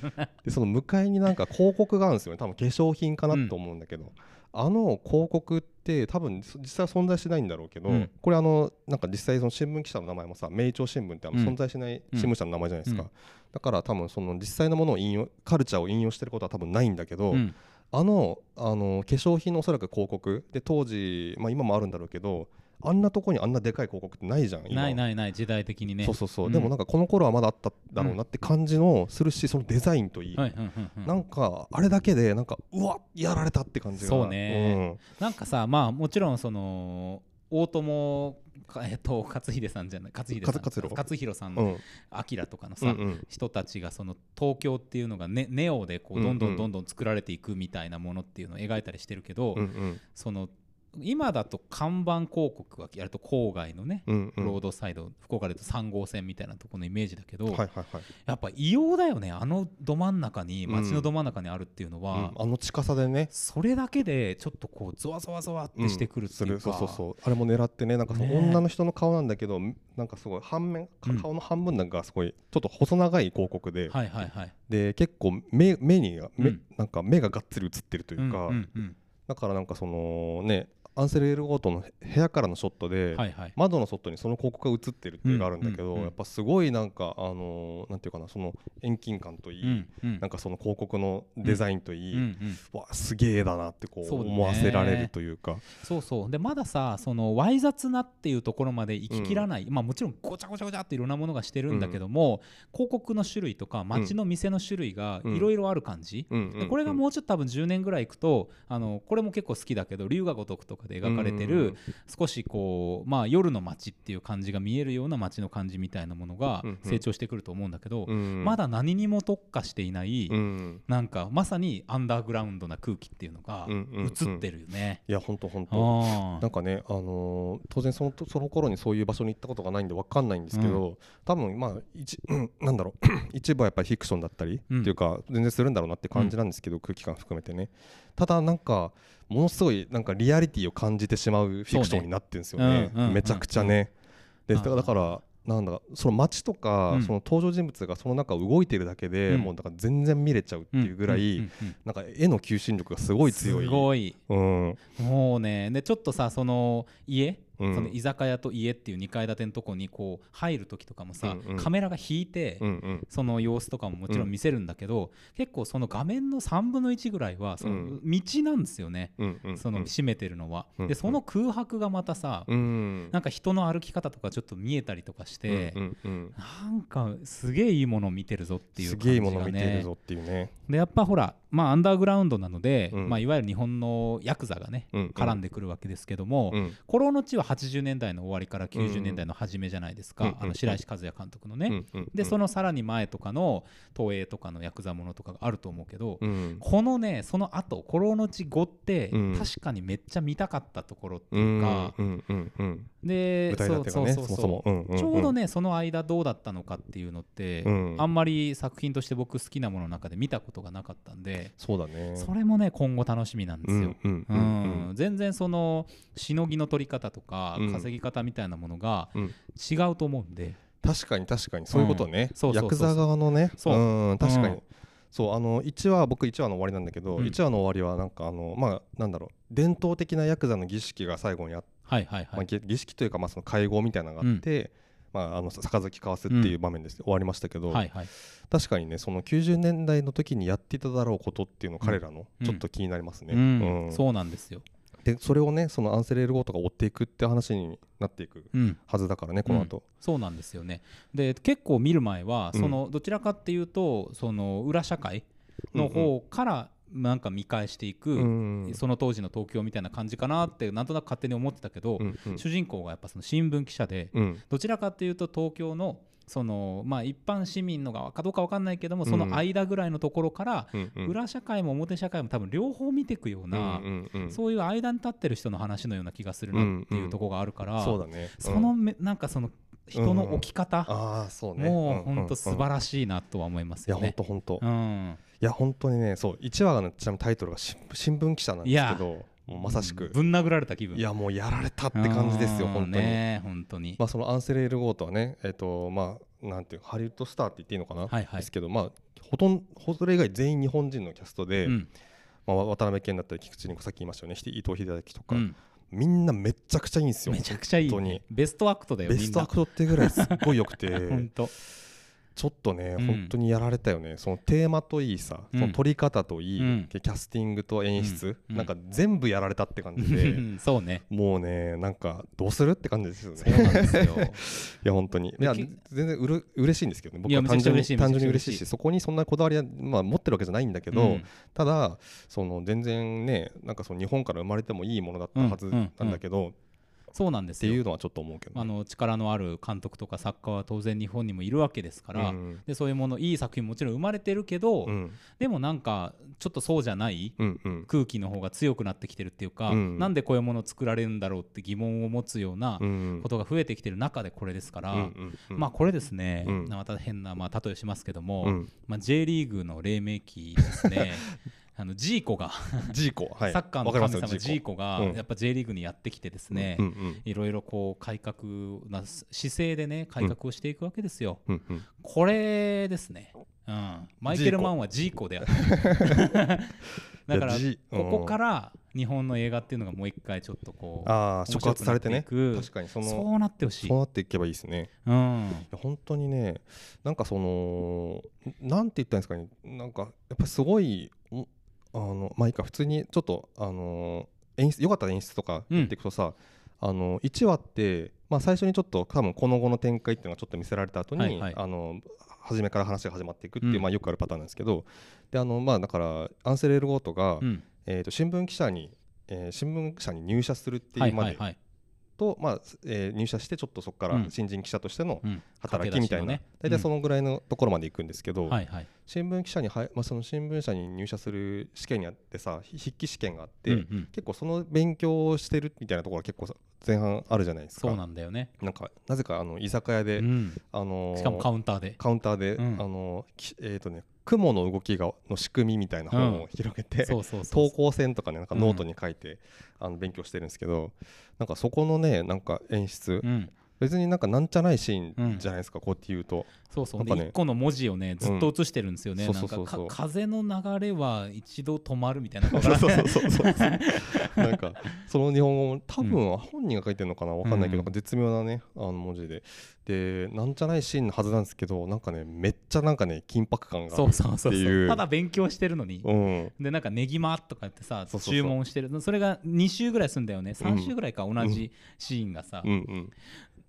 B: でその向かいになんか広告があるんですよね多分化粧品かなと思うんだけど、あの広告って多分そ実際は存在しないんだろうけど、
A: うん
B: これあのなんか実際その新聞記者の名前もさ明朝新聞ってあの
A: うん
B: 存在しない新聞社の名前じゃないですか、
A: うん
B: だから多分その実際のものを引用カルチャーを引用してることは多分ないんだけど、
A: うん
B: あのあの化粧品のおそらく広告で当時、まあ、今もあるんだろうけどあんなとこにあんなでかい広告ってないじゃん今
A: ないないない時代的にね
B: そうそうそう、
A: うん
B: でもなんかこの頃はまだあっただろうなって感じのするしそのデザインといい、
A: はいうんうんうん
B: なんかあれだけでなんかうわやられたって感じが
A: そうね、なんかさまあもちろんその大友かえっと勝秀さんじゃない勝秀さん
B: 勝勝弘
A: 勝弘さん
B: うん
A: の
B: うん
A: 「あきら」とかの
B: う
A: さ、
B: んうん
A: 人たちがその東京っていうのがネネオでこう
B: うんう
A: ど
B: ん
A: んどんどんどん作られていくみたいなものっていうのを描いたりしてるけど、
B: うんうん
A: その今だと看板広告がやると郊外のね、
B: うんうん
A: ロードサイド福岡で言うと3号線みたいなところのイメージだけど、
B: はいはいはい、
A: やっぱ異様だよねあのど真ん中に街のど真ん中にあるっていうのは、
B: うんあの近さでね
A: それだけでちょっとこうゾワゾワゾワっ
B: う
A: て
B: ん
A: してくるって
B: す
A: い
B: る
A: うか、
B: そうそうそうあれも狙ってねなんかその
A: ねえ
B: 女の人の顔なんだけど、なんかすごい半面か
A: うん
B: 顔の半分なんかすごいちょっと細長い広告で、
A: はいはいはい
B: で結構目目に目、
A: うん
B: なんか目ががっつり映ってるというか、
A: うんうんうん
B: だからなんかそのねアンセル・エルゴートの部屋からのショットで、
A: はいはい
B: 窓の外にその広告が映ってるっていうのがあるんだけ
A: うん
B: ど、
A: うんうん
B: やっぱすごいなんかあのーなんていうかなその遠近感といい、
A: うんうん
B: なんかその広告のデザインといい、
A: うんうん
B: わすげえだなってこう
A: そうね
B: 思わせられるというか
A: そうそうでまださそのわい雑なっていうところまで行ききらない、まあもちろんごちゃごちゃごちゃっていろんなものがしてるんだけども、広告の種類とか街の店の種類が
B: うん
A: いろいろある感じ、
B: うんうんうん
A: でこれがもうちょっと多分10年ぐらいいくとあのこれも結構好きだけど龍が如くとか作で描かれてる、少しこう、まあ、夜の街っていう感じが見えるような街の感じみたいなものが
B: うんうん
A: 成長してくると思うんだけど、
B: うん
A: まだ何にも特化していない、
B: うん
A: なんかまさにアンダーグラウンドな空気っていうのが
B: うんうんうん
A: 映ってるよね。
B: いや本当本
A: あ
B: 当
A: ー
B: なんかね、あのー当然そのその頃にそういう場所に行ったことがないんで分かんないんですけど、多分まあ一なんだろう <clears throat> 一部はやっぱりフィクションだったり、
A: うん
B: っていうか全然するんだろうなって感じなんですけど、空気感含めてねただなんかものすごいなんかリアリティを感じてしまうフィクションになってるんですよね
A: そうねうんうん
B: めちゃくちゃね。で
A: うん
B: だからだからなんだかその街とか、
A: うん
B: その登場人物がその中動いてるだけで、
A: うん
B: もうだから全然見れちゃうっていうぐらい、
A: んんうんうん
B: なんか絵の求心力がすごい強い。
A: すごい
B: うん
A: もうねでちょっとさその家、
B: うん
A: その居酒屋と家っていう2階建てのとこにこう入る時とかもさ、
B: うんうん
A: カメラが引いて、
B: うんうん
A: その様子とかももちろん見せるんだけど、結構その画面の3分の1ぐらいはその道なんですよね、
B: うんうんうん
A: その占めてるのは。
B: うんうん
A: でその空白がまたさ、
B: うん
A: なんか人の歩き方とかちょっと見えたりとかして、
B: うんうんうん
A: なんかすげえいいものを見てるぞっていう
B: す
A: 感じが、ね、
B: げえもの見てるぞっていうね。
A: でやっぱほら、まあ、アンダーグラウンドなので、
B: うん
A: まあ、いわゆる日本のヤクザがね、絡ん
B: で、
A: でくるわけですけども、
B: うん
A: コロの地は80年代の終わりから90年代の初めじゃないですか、
B: うん
A: あの白石和也監督のね、
B: うん
A: でそ、のさらに前とかの東映とかのヤクザものとかがあると思うけど、
B: うん
A: このねその後コロの地5って、
B: うん
A: 確かにめっちゃ見たかったところって
B: う
A: いうんか、
B: うんうんうん
A: で
B: 舞台立てがね、そもそも。うんんん
A: ちょうど、ねその間どうだったのかっていうのって、
B: うん
A: あんまり作品として僕好きなものの中で見たことがなかったんで、
B: そうだね。
A: それもね今後楽しみなんですよ。
B: う
A: う
B: んう
A: ん
B: うん
A: ん全然そのしのぎの取り方とか
B: うん
A: 稼ぎ方みたいなものが
B: うん
A: 違うと思うんで、
B: 確かに確かにそういうことね
A: うんそう。そう
B: ヤ
A: そう
B: クザ側のね、
A: そ
B: うん確か
A: う
B: に
A: ん。
B: そうあの1話僕1話の終わりなんだけど、
A: うん
B: 1話の終わりはなんかあのまあなんだろう伝統的なヤクザの儀式が最後にあって
A: はいはい
B: ま
A: は
B: あ、
A: い。
B: 儀儀式というか、まあ、その会合みたいなのがあって、まあ、あの杯交わすっていう場面です、終わりましたけど、
A: はいはい、
B: 確かにねその90年代の時にやっていただろうことっていうの
A: うん
B: 彼らの
A: うん
B: ちょっと気になりますね。
A: うん
B: うん
A: そうなんですよ。
B: でそれをねそのアンセレール・ゴートが追っていくって話になっていく
A: うん、
B: はずだからねこの後、
A: そうなんですよねで結構見る前は
B: うん
A: そのどちらかっていうとその裏社会の方からなんか見返していく、
B: うん
A: その当時の東京みたいな感じかなってなんとなく勝手に思ってたけど、
B: うんうん
A: 主人公がやっぱその新聞記者で、
B: うん
A: どちらかっていうと東京のそのまあ一般市民の側かどうかわかんないけどもその間ぐらいのところから
B: うんうん
A: 裏社会も表社会も多分両方見ていくような
B: うんうんうん
A: そういう間に立ってる人の話のような気がするなっていうところがあるから
B: そうだね
A: そ
B: うん
A: のめなんかその人の置き方、
B: ああそうね
A: もう本当素晴
B: しい
A: らしいなとは思います
B: いや
A: よ
B: 本
A: ね。
B: 当本当
A: うん、
B: いや本当にねそう1話がねちなみにタイトルが新新聞記者なんですけどもうまさしく
A: ぶん殴られた気分
B: いやもうやられたって感じですよ
A: うん
B: 本当に、
A: ね本当に、
B: まあそのアンセレール・ゴートはねえっ、とまあなんていうハリウッドスターって言っていいのかな、
A: はいはい
B: ですけどまあほとんどそれ以外全員日本人のキャストで、
A: うん
B: まあ、渡辺謙だったり菊池にさっき言いましたよねひ伊藤英明とか、
A: うん
B: みんなめちゃくちゃいいんですよ
A: めちゃくちゃいい、
B: 本当に
A: ね、ベストアクトだよ
B: ベストアクトってぐらいすっごい良くて
A: みんな <laughs> 本当
B: ちょっとね、
A: うん
B: 本当にやられたよねそのテーマといいさ、
A: うん
B: その撮り方といい、
A: うん
B: キャスティングと演出、
A: うん
B: なんか全部やられたって感じで、
A: うんそうね
B: もうねなんかどうするって感じですよね
A: そうなんですよ
B: いや本当にいや
A: き
B: 全然うれ嬉しいんですけどね僕
A: いや
B: は単純
A: め
B: に
A: ちゃくちゃ嬉しい
B: 単純に
A: めちゃくちゃ嬉しい
B: 嬉しいしそこにそんなこだわりは、まあ、持ってるわけじゃないんだ <laughs> けど、
A: うん
B: ただその全然ねなんかその日本から生まれてもいいものだったはず
A: うんうん
B: なんだけど、っ
A: そうなんです
B: てい
A: よ
B: うのはちょっと思うけどね、
A: あの力のある監督とか作家は当然日本にもいるわけですから、
B: うん
A: でそういうものいい作品もちろん生まれてるけど、
B: うん
A: でもなんかちょっとそうじゃない
B: うんうん
A: 空気の方が強くなってきてるっていうか、
B: うん
A: なんでこういうもの作られるんだろうって疑問を持つような
B: うん
A: ことが増えてきてる中でこれですから、
B: うんうんうん
A: まあこれですね、
B: うん
A: また変な、まあ、例えしますけども、
B: うん
A: まあ、J リーグの黎明期です
B: <laughs>
A: ねあのジーコが、
B: ジーコ、はい、
A: サッカーの
B: わかりま
A: 神
B: すよ
A: 様ジーコが
B: うん
A: やっぱ J リーグにやってきてですね、
B: うんうん
A: いろいろこう改革な姿勢でね改革をしていくわけですよ。
B: うんうん
A: これですね、うん、マイケル・マンはジーコ
B: <laughs>
A: であるだから
B: いやジー
A: ここから日本の映画っていうのがもう一回ちょっとこう
B: ああ触発されてね
A: 面白くなっていく
B: 確かにその
A: そうなってほしい
B: そうなっていけばいいですね
A: うん
B: いや本当にねなんかそのなんて言ったらいいんですかねなんかやっぱすごいんあのまあいいか普通にちょっとあの演出良かった演出とか言っていくとさ、あの1話って、まあ、最初にちょっと多分この後の展開っていうのがちょっと見せられた後に、
A: はいはい
B: あの初めから話が始まっていくっていう、
A: うん
B: まあ、よくあるパターンなんですけどであのまあだからアンセレール・ゴートが、
A: うん
B: えー、と新聞記者にえー新聞社に入社するって
A: はいいう
B: ま
A: はい
B: で
A: はい
B: と、まあえー入社してちょっとそこか
A: う
B: ら
A: ん
B: 新人記者としての
A: うん
B: 働きみた
A: 駆け出し
B: いな、
A: のね
B: 大体そ
A: うん
B: のぐらいのところまで行くんですけど、
A: はいはい
B: 新聞記者に入、まあ、その新聞社に入社する試験にあってさひ筆記試験があって、
A: うんうん
B: 結構その勉強をしてるみたいなところが結構さ前半あるじゃないですか
A: そうなんだよね、
B: なんかなぜかあの居酒屋で、
A: うん、
B: あのー
A: しかもカウンターで
B: カウンターで、
A: うん
B: あのーきえーとね、雲の動きがの仕組みみたいな本
A: うん
B: を広げて、
A: そうそうそう
B: 投稿線とかねなんかノートに書いて、あの勉強してるんですけどなんかそこのねなんか演出、
A: うん、
B: 別になんかなんちゃないシーンじゃないですか、こうやって言うと
A: そうそう
B: なんか
A: で
B: ね
A: 一個の文字をねずっと映してるんですよね、
B: うん
A: なんか
B: そうそうそうそう
A: か風の流れは一度止まるみたいな
B: そうそうそうそうそう
A: <laughs>
B: なんかその日本語も多分本人が書いてるのかなわかんないけ
A: うん
B: ど、なんか絶妙なねあの文字ででなんじゃないシーンのはずなんですけどなんかねめっちゃなんかね緊迫感が
A: そうそうそうそう
B: っていう
A: ただ勉強してるのに、
B: うん
A: でなんかネギマとかやってさ
B: そうそうそう
A: 注文してるそれが2週ぐらいすんだよね3週ぐらいか同じシーンがさ、
B: うんうん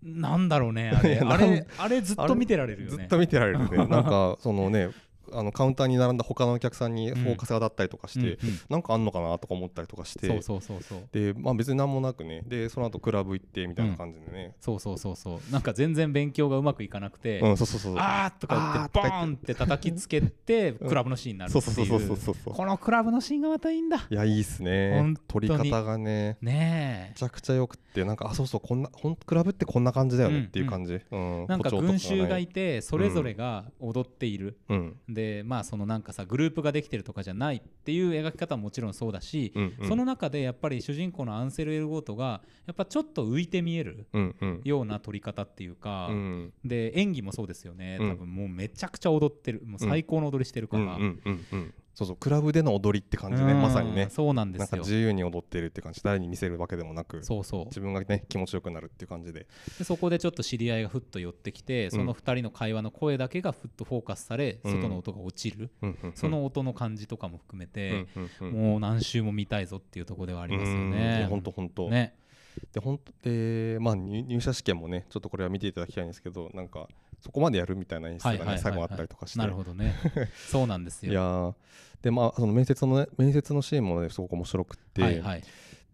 A: なんだろうねあ
B: い <laughs>
A: れ
B: やな
A: あ
B: ん
A: れあれずっと見てられるよ
B: ずっ
A: ね
B: と見てられる
A: <laughs>
B: ねなんかそのねあのカウンターに並んだ他のお客さんにフォーカスが当たったりとかして、
A: うんうん
B: なんかあんのかなとか思ったりとかして
A: そうそうそうそう
B: でまあ別に何もなくねでその後クラブ行ってみたいな感じでね、
A: そうそうそうそうなんか全然勉強がうまくいかなくて、
B: うんそうそうそう
A: あーとか言
B: あー
A: っ
B: と
A: て
B: か
A: ボ
B: 言
A: ーン
B: って
A: って叩きつけて
B: うん
A: クラブのシーンになる
B: そう
A: って
B: そうそうそうそう
A: いう
B: そうそう
A: このクラブのシーンがまたいいんだ
B: いやいいっす
A: 本
B: ね
A: 当
B: 撮
A: に
B: り方がね
A: ね
B: めちゃくちゃよくってなんかあそうそうこんなほんクラブってこんな感じだよねっていう感じ、うん
A: えなんか
B: 誇張と
A: 群衆が
B: ない
A: いてそれぞれが踊っている、
B: うん
A: でまあそのなんかさグループができてるとかじゃないっていう描き方ももちろんそうだし、
B: うんうん
A: その中でやっぱり主人公のアンセル・エルゴートがやっぱちょっと浮いて見える
B: うんうん
A: ような撮り方っていうか、
B: うん
A: で演技もそうですよね、
B: うん
A: 多分もうめちゃくちゃ踊ってるもう最高の踊りしてる
B: う
A: から、
B: んうんうんうんそうそうクラブでの踊りって感じね
A: うん
B: まさにね
A: そうなんで
B: なん
A: す
B: か
A: よ
B: 自由に踊ってるって感じ誰に見せるわけでもなく
A: そうそう
B: 自分がね気持ちよくなるっていう感じで
A: でそこでちょっと知り合いがふっと寄ってきてその2人の会話の声だけがふっとフォーカスされ、
B: うん
A: 外の音が落ちる、
B: うんうんうん
A: その音の感じとかも含め
B: う
A: て
B: ん、うんうん
A: もう何周も見たいぞっていうところではありますよね。
B: 本当本当。
A: ね
B: で本当でまあ入入社試験もねちょっとこれは見ていただきたいんですけどなんかそこまでやるみたいな演出
A: はい
B: が
A: はいはい
B: ね
A: はい
B: 最後あったりとかして。
A: なるほど
B: <laughs>
A: ねそうなんですよ
B: いやーでまあその面接のね面接のシーンもねすごく面白くって、
A: はいはい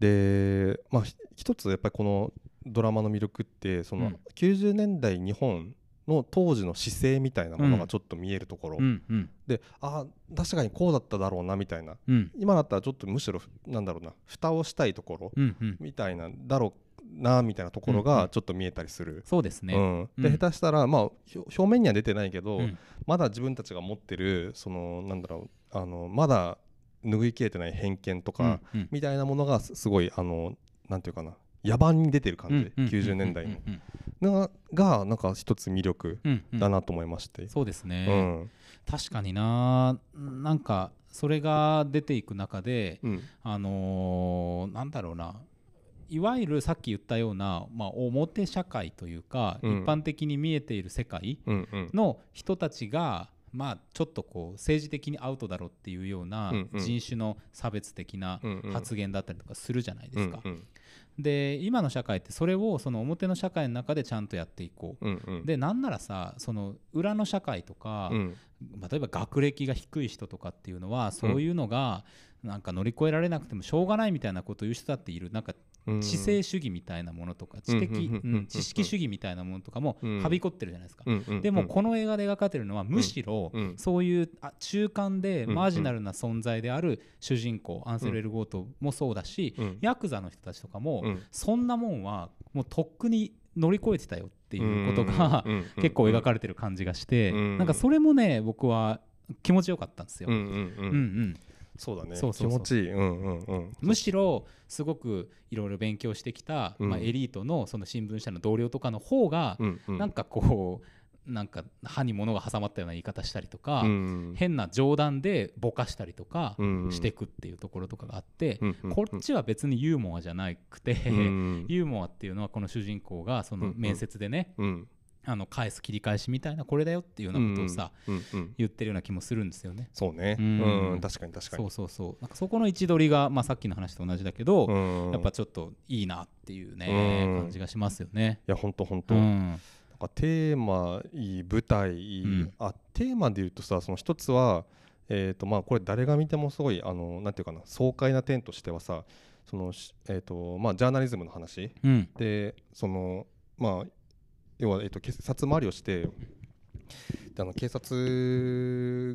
B: でまあひ一つやっぱりこのドラマの魅力ってその、
A: うん
B: 90年代日本の当時の姿勢みたいなものがちょっと見えるところ、
A: うんうん
B: であー確かにこうだっただろうなみたいな
A: うん
B: 今だったらちょっとむしろなんだろうな蓋をしたいところ
A: うんうん
B: みたいなだろうなみたいなところ
A: うんう
B: が
A: ん
B: ちょっと見えたりする。
A: そうですね、
B: うん、で
A: うん
B: 下手したら、まあ、ひょ表面には出てないけど、
A: うん
B: まだ自分たちが持ってるそのなんだろうあのまだ拭いきれてない偏見とか、
A: うんうん
B: みたいなものがすすごいあのなんていうかな野蛮に出てる
A: うん
B: 感じ、
A: うん
B: 90年代の、
A: うん
B: ながなんか一つ魅力
A: うんうん
B: だなと思いまして。
A: そうです
B: う
A: ね、
B: ん
A: 確かにななんかそれが出ていく中で
B: うん
A: あのーなんだろうないわゆるさっき言ったような、まあ、表社会というか、
B: うん
A: 一般的に見えている世界
B: うんうん
A: の人たちが、まあ、ちょっとこう政治的にアウトだろうっていうような
B: うんうん
A: 人種の差別的な
B: うんうん
A: 発言だったりとかするじゃないですか。
B: うんうん
A: で今の社会ってそれをその表の社会の中でちゃんとやっていこう。
B: うんうん
A: でなんならさその裏の社会とか、
B: うん
A: 例えば学歴が低い人とかっていうのはそういうのがなんか乗り越えられなくてもしょうがないみたいなことを言う人だっているなんか
B: うん
A: 知性主義みたいなものとか知的
B: うんう
A: う
B: んうんうんうん
A: ん知識主義みたいなものとかも
B: うん
A: はびこってるじゃないですか。
B: うんうん
A: でもこの映画で描かれてるのはむしろ
B: うんうん
A: そういうあ中間で
B: うんうん
A: マージナルな存在である主人公アンセル・エル・ゴートもそうだし
B: うん
A: ヤクザの人たちとかも
B: うん
A: そんなもんはもうとっくに乗り越えてたよっていうことが
B: うんうんうんうん
A: 結構描かれてる感じがして、
B: うん
A: なんかそれもね僕は気持ちよかったんですよ。
B: う
A: うんん
B: うんう
A: うんん
B: そうだね
A: そうそうそう
B: 気持ちいいうんうんうん
A: むしろすごくいろいろ勉強してきた、
B: うん
A: まあ、エリートのその新聞社の同僚とかの方が、
B: うんうん
A: なんかこうなんか歯に物が挟まったような言い方したりとか、
B: うん
A: 変な冗談でぼかしたりとか
B: うんうん
A: していくっていうところとかがあって、
B: うんうんうん
A: こっちは別にユーモアじゃなくて、
B: うん
A: ユーモアっていうのはこの主人公がその面接でね、
B: うん
A: あの返す切り返しみたいなこれだよっていうようなことをさ、
B: うんうん
A: 言ってるような気もするんですよね。
B: そうね
A: う
B: うんんうん確かに確か
A: そ
B: に
A: うそうそうなんかそこの位置取りが、まあ、さっきの話と同じだけど、
B: うん
A: やっ
B: い
A: ぱちょっといいなっていうね、
B: うん
A: 感じがしますよね。
B: やほんとほん
A: う
B: となん
A: ん、
B: かテーマいい舞台いい
A: うん
B: あテーマで言うとさその一つはえーとまあこれ誰が見てもすごいあのなんていうかな爽快な点としてはさそのしえーとまあ、ジャーナリズムの話
A: うん
B: でその、まあ、要は、えー、と警察回りをしてであの警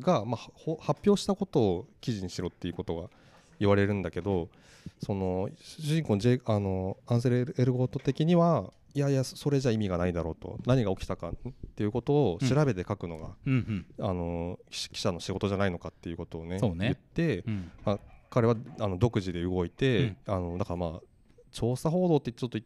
B: 察が、まあ、ほ発表したことを記事にしろっていうことが言われるんだけどその主人公のジェイあのアンセル・エルゴート的にはいやいやそれじゃ意味がないだろうと何が起きたかっていうことを調べて書くのが、
A: うんうん
B: あの記記者の仕事じゃないのかっていうことをね
A: そうね
B: 言って
A: うん
B: 彼はあの独自で動いて、あのだからまあ調査報道ってちょっとい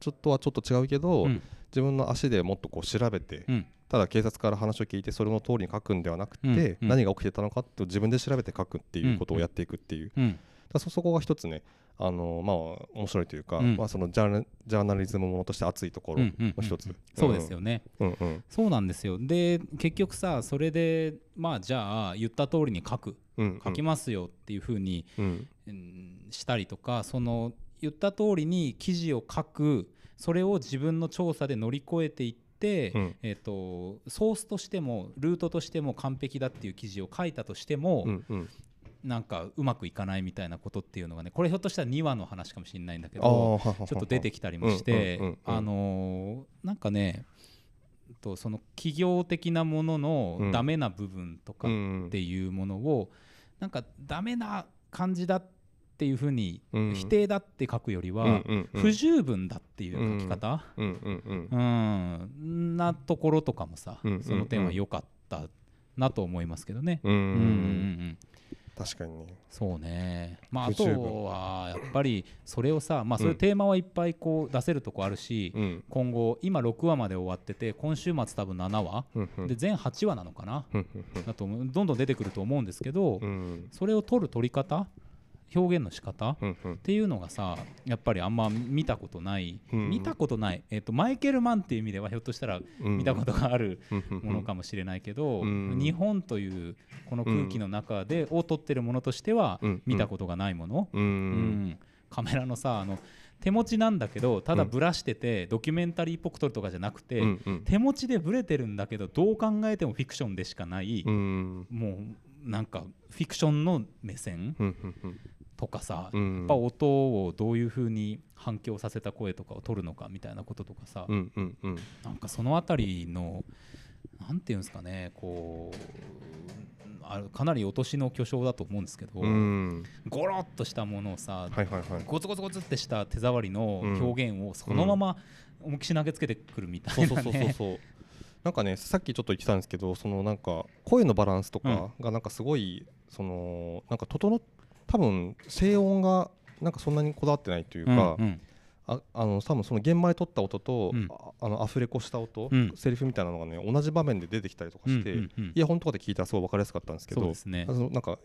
B: ちょっとはちょっと違うけど、
A: うん
B: 自分の足でもっとこう調べて、
A: うん
B: ただ警察から話を聞いてそれの通りに書くんではなくて、
A: うんうん
B: 何が起きてたのかって自分で調べて書くっていうことをやっていくっていう、だか
A: うん
B: らそそこが一つねあのまあ面白いというか、
A: うん
B: まあ、そのジャーナジャーナリズムものとして熱いところ
A: うんうん
B: の一つ、
A: そうですよね、
B: うんうん
A: そうなんですよで結局さそれでまあじゃあ言った通りに書く
B: うん
A: 書きますよっていう風に、
B: うん
A: うんしたりとかその言った通りに記事を書くそれを自分の調査で乗り越えていって、
B: うん
A: えー、とソースとしてもルートとしても完璧だっていう記事を書いたとしても、
B: うんうん
A: なんかうまくいかないみたいなことっていうのがねこれひょっとしたら2話の話かもしれないんだけ
B: あー
A: ど
B: ははは
A: ちょっと出てきたりもして
B: うんうんうんうん
A: あのーなんかねとその企業的なもの
B: う
A: の
B: ん
A: ダメな部分とか
B: うん
A: っていうものをなんかダメな感じだっていうふうに
B: うん
A: 否定だって書くより
B: うん
A: は
B: うんうん
A: 不十分だっていう書き方、
B: うんうんうん
A: うん、なところとかもさ、
B: うんうんうん
A: その点は良かったなと思いますけどね。
B: うんう
A: うんんうんう
B: うん
A: ん、
B: 確かにね
A: そうね、まあ、あ
B: 不
A: と
B: 十分
A: はやっぱりそれをさ、まあ、
B: うん
A: そういうテーマはいっぱいこう出せるとこあるし、
B: うん
A: 今後今6話まで終わってて今週末多分7話、
B: うんうん
A: で全8話なのかな、
B: うんうん
A: だと思うどんどん出てくると思うんですけど、
B: うん
A: それを取る取り方表現の仕方、っ
B: うんうん
A: ていうのがさやっぱりあんま見たことない、
B: うん
A: 見たことない、えっとマイケル・マンっていう意味ではひょっとしたら
B: うん
A: 見たことがある
B: うんうんうん
A: ものかもしれないけど、
B: うん
A: 日本というこの空気の中で、を撮ってるものとしては
B: うん
A: 見たことがないもの、
B: う
A: うん
B: ん
A: カメラのさあの手持ちなんだけどただブラしてて、ドキュメンタリーっぽく撮るとかじゃなくて、
B: うんうん
A: 手持ちでブレてるんだけどどう考えてもフィクションでしかない、
B: うん
A: もうなんかフィクションの目線
B: うんうん
A: とかさ、
B: う
A: やっ
B: ん
A: ぱ音をどういう風に反響させた声とかを撮るのかみたいなこととかさ、
B: うんうんうん
A: なんかそのあたりのなんていうんですかねこうあかなり落としの巨匠だと思うんですけど、
B: うん
A: ゴロッとしたものをさ、
B: はいはいはい
A: ゴツゴツゴツってした手触りの
B: うん
A: 表現をそのまま思いっきし投げつけてくるみたいな、ね、
B: そうなんかねさっきちょっと言ってたんですけどそのなんか声のバランスとかがなんかすごいそのなんか整っ多分静音がなんかそんなにこだわってないという
A: うん
B: か
A: うん
B: ああの多分その現場で撮った音と、
A: うん
B: ああのアフレコした音、
A: うん
B: セリフみたいなのがね同じ場面で出てきたりとかして、
A: うんうんうん
B: イヤホンとかで聞いたらすごい分かりやすかったんですけ
A: そう
B: ど
A: ですね
B: あのなんか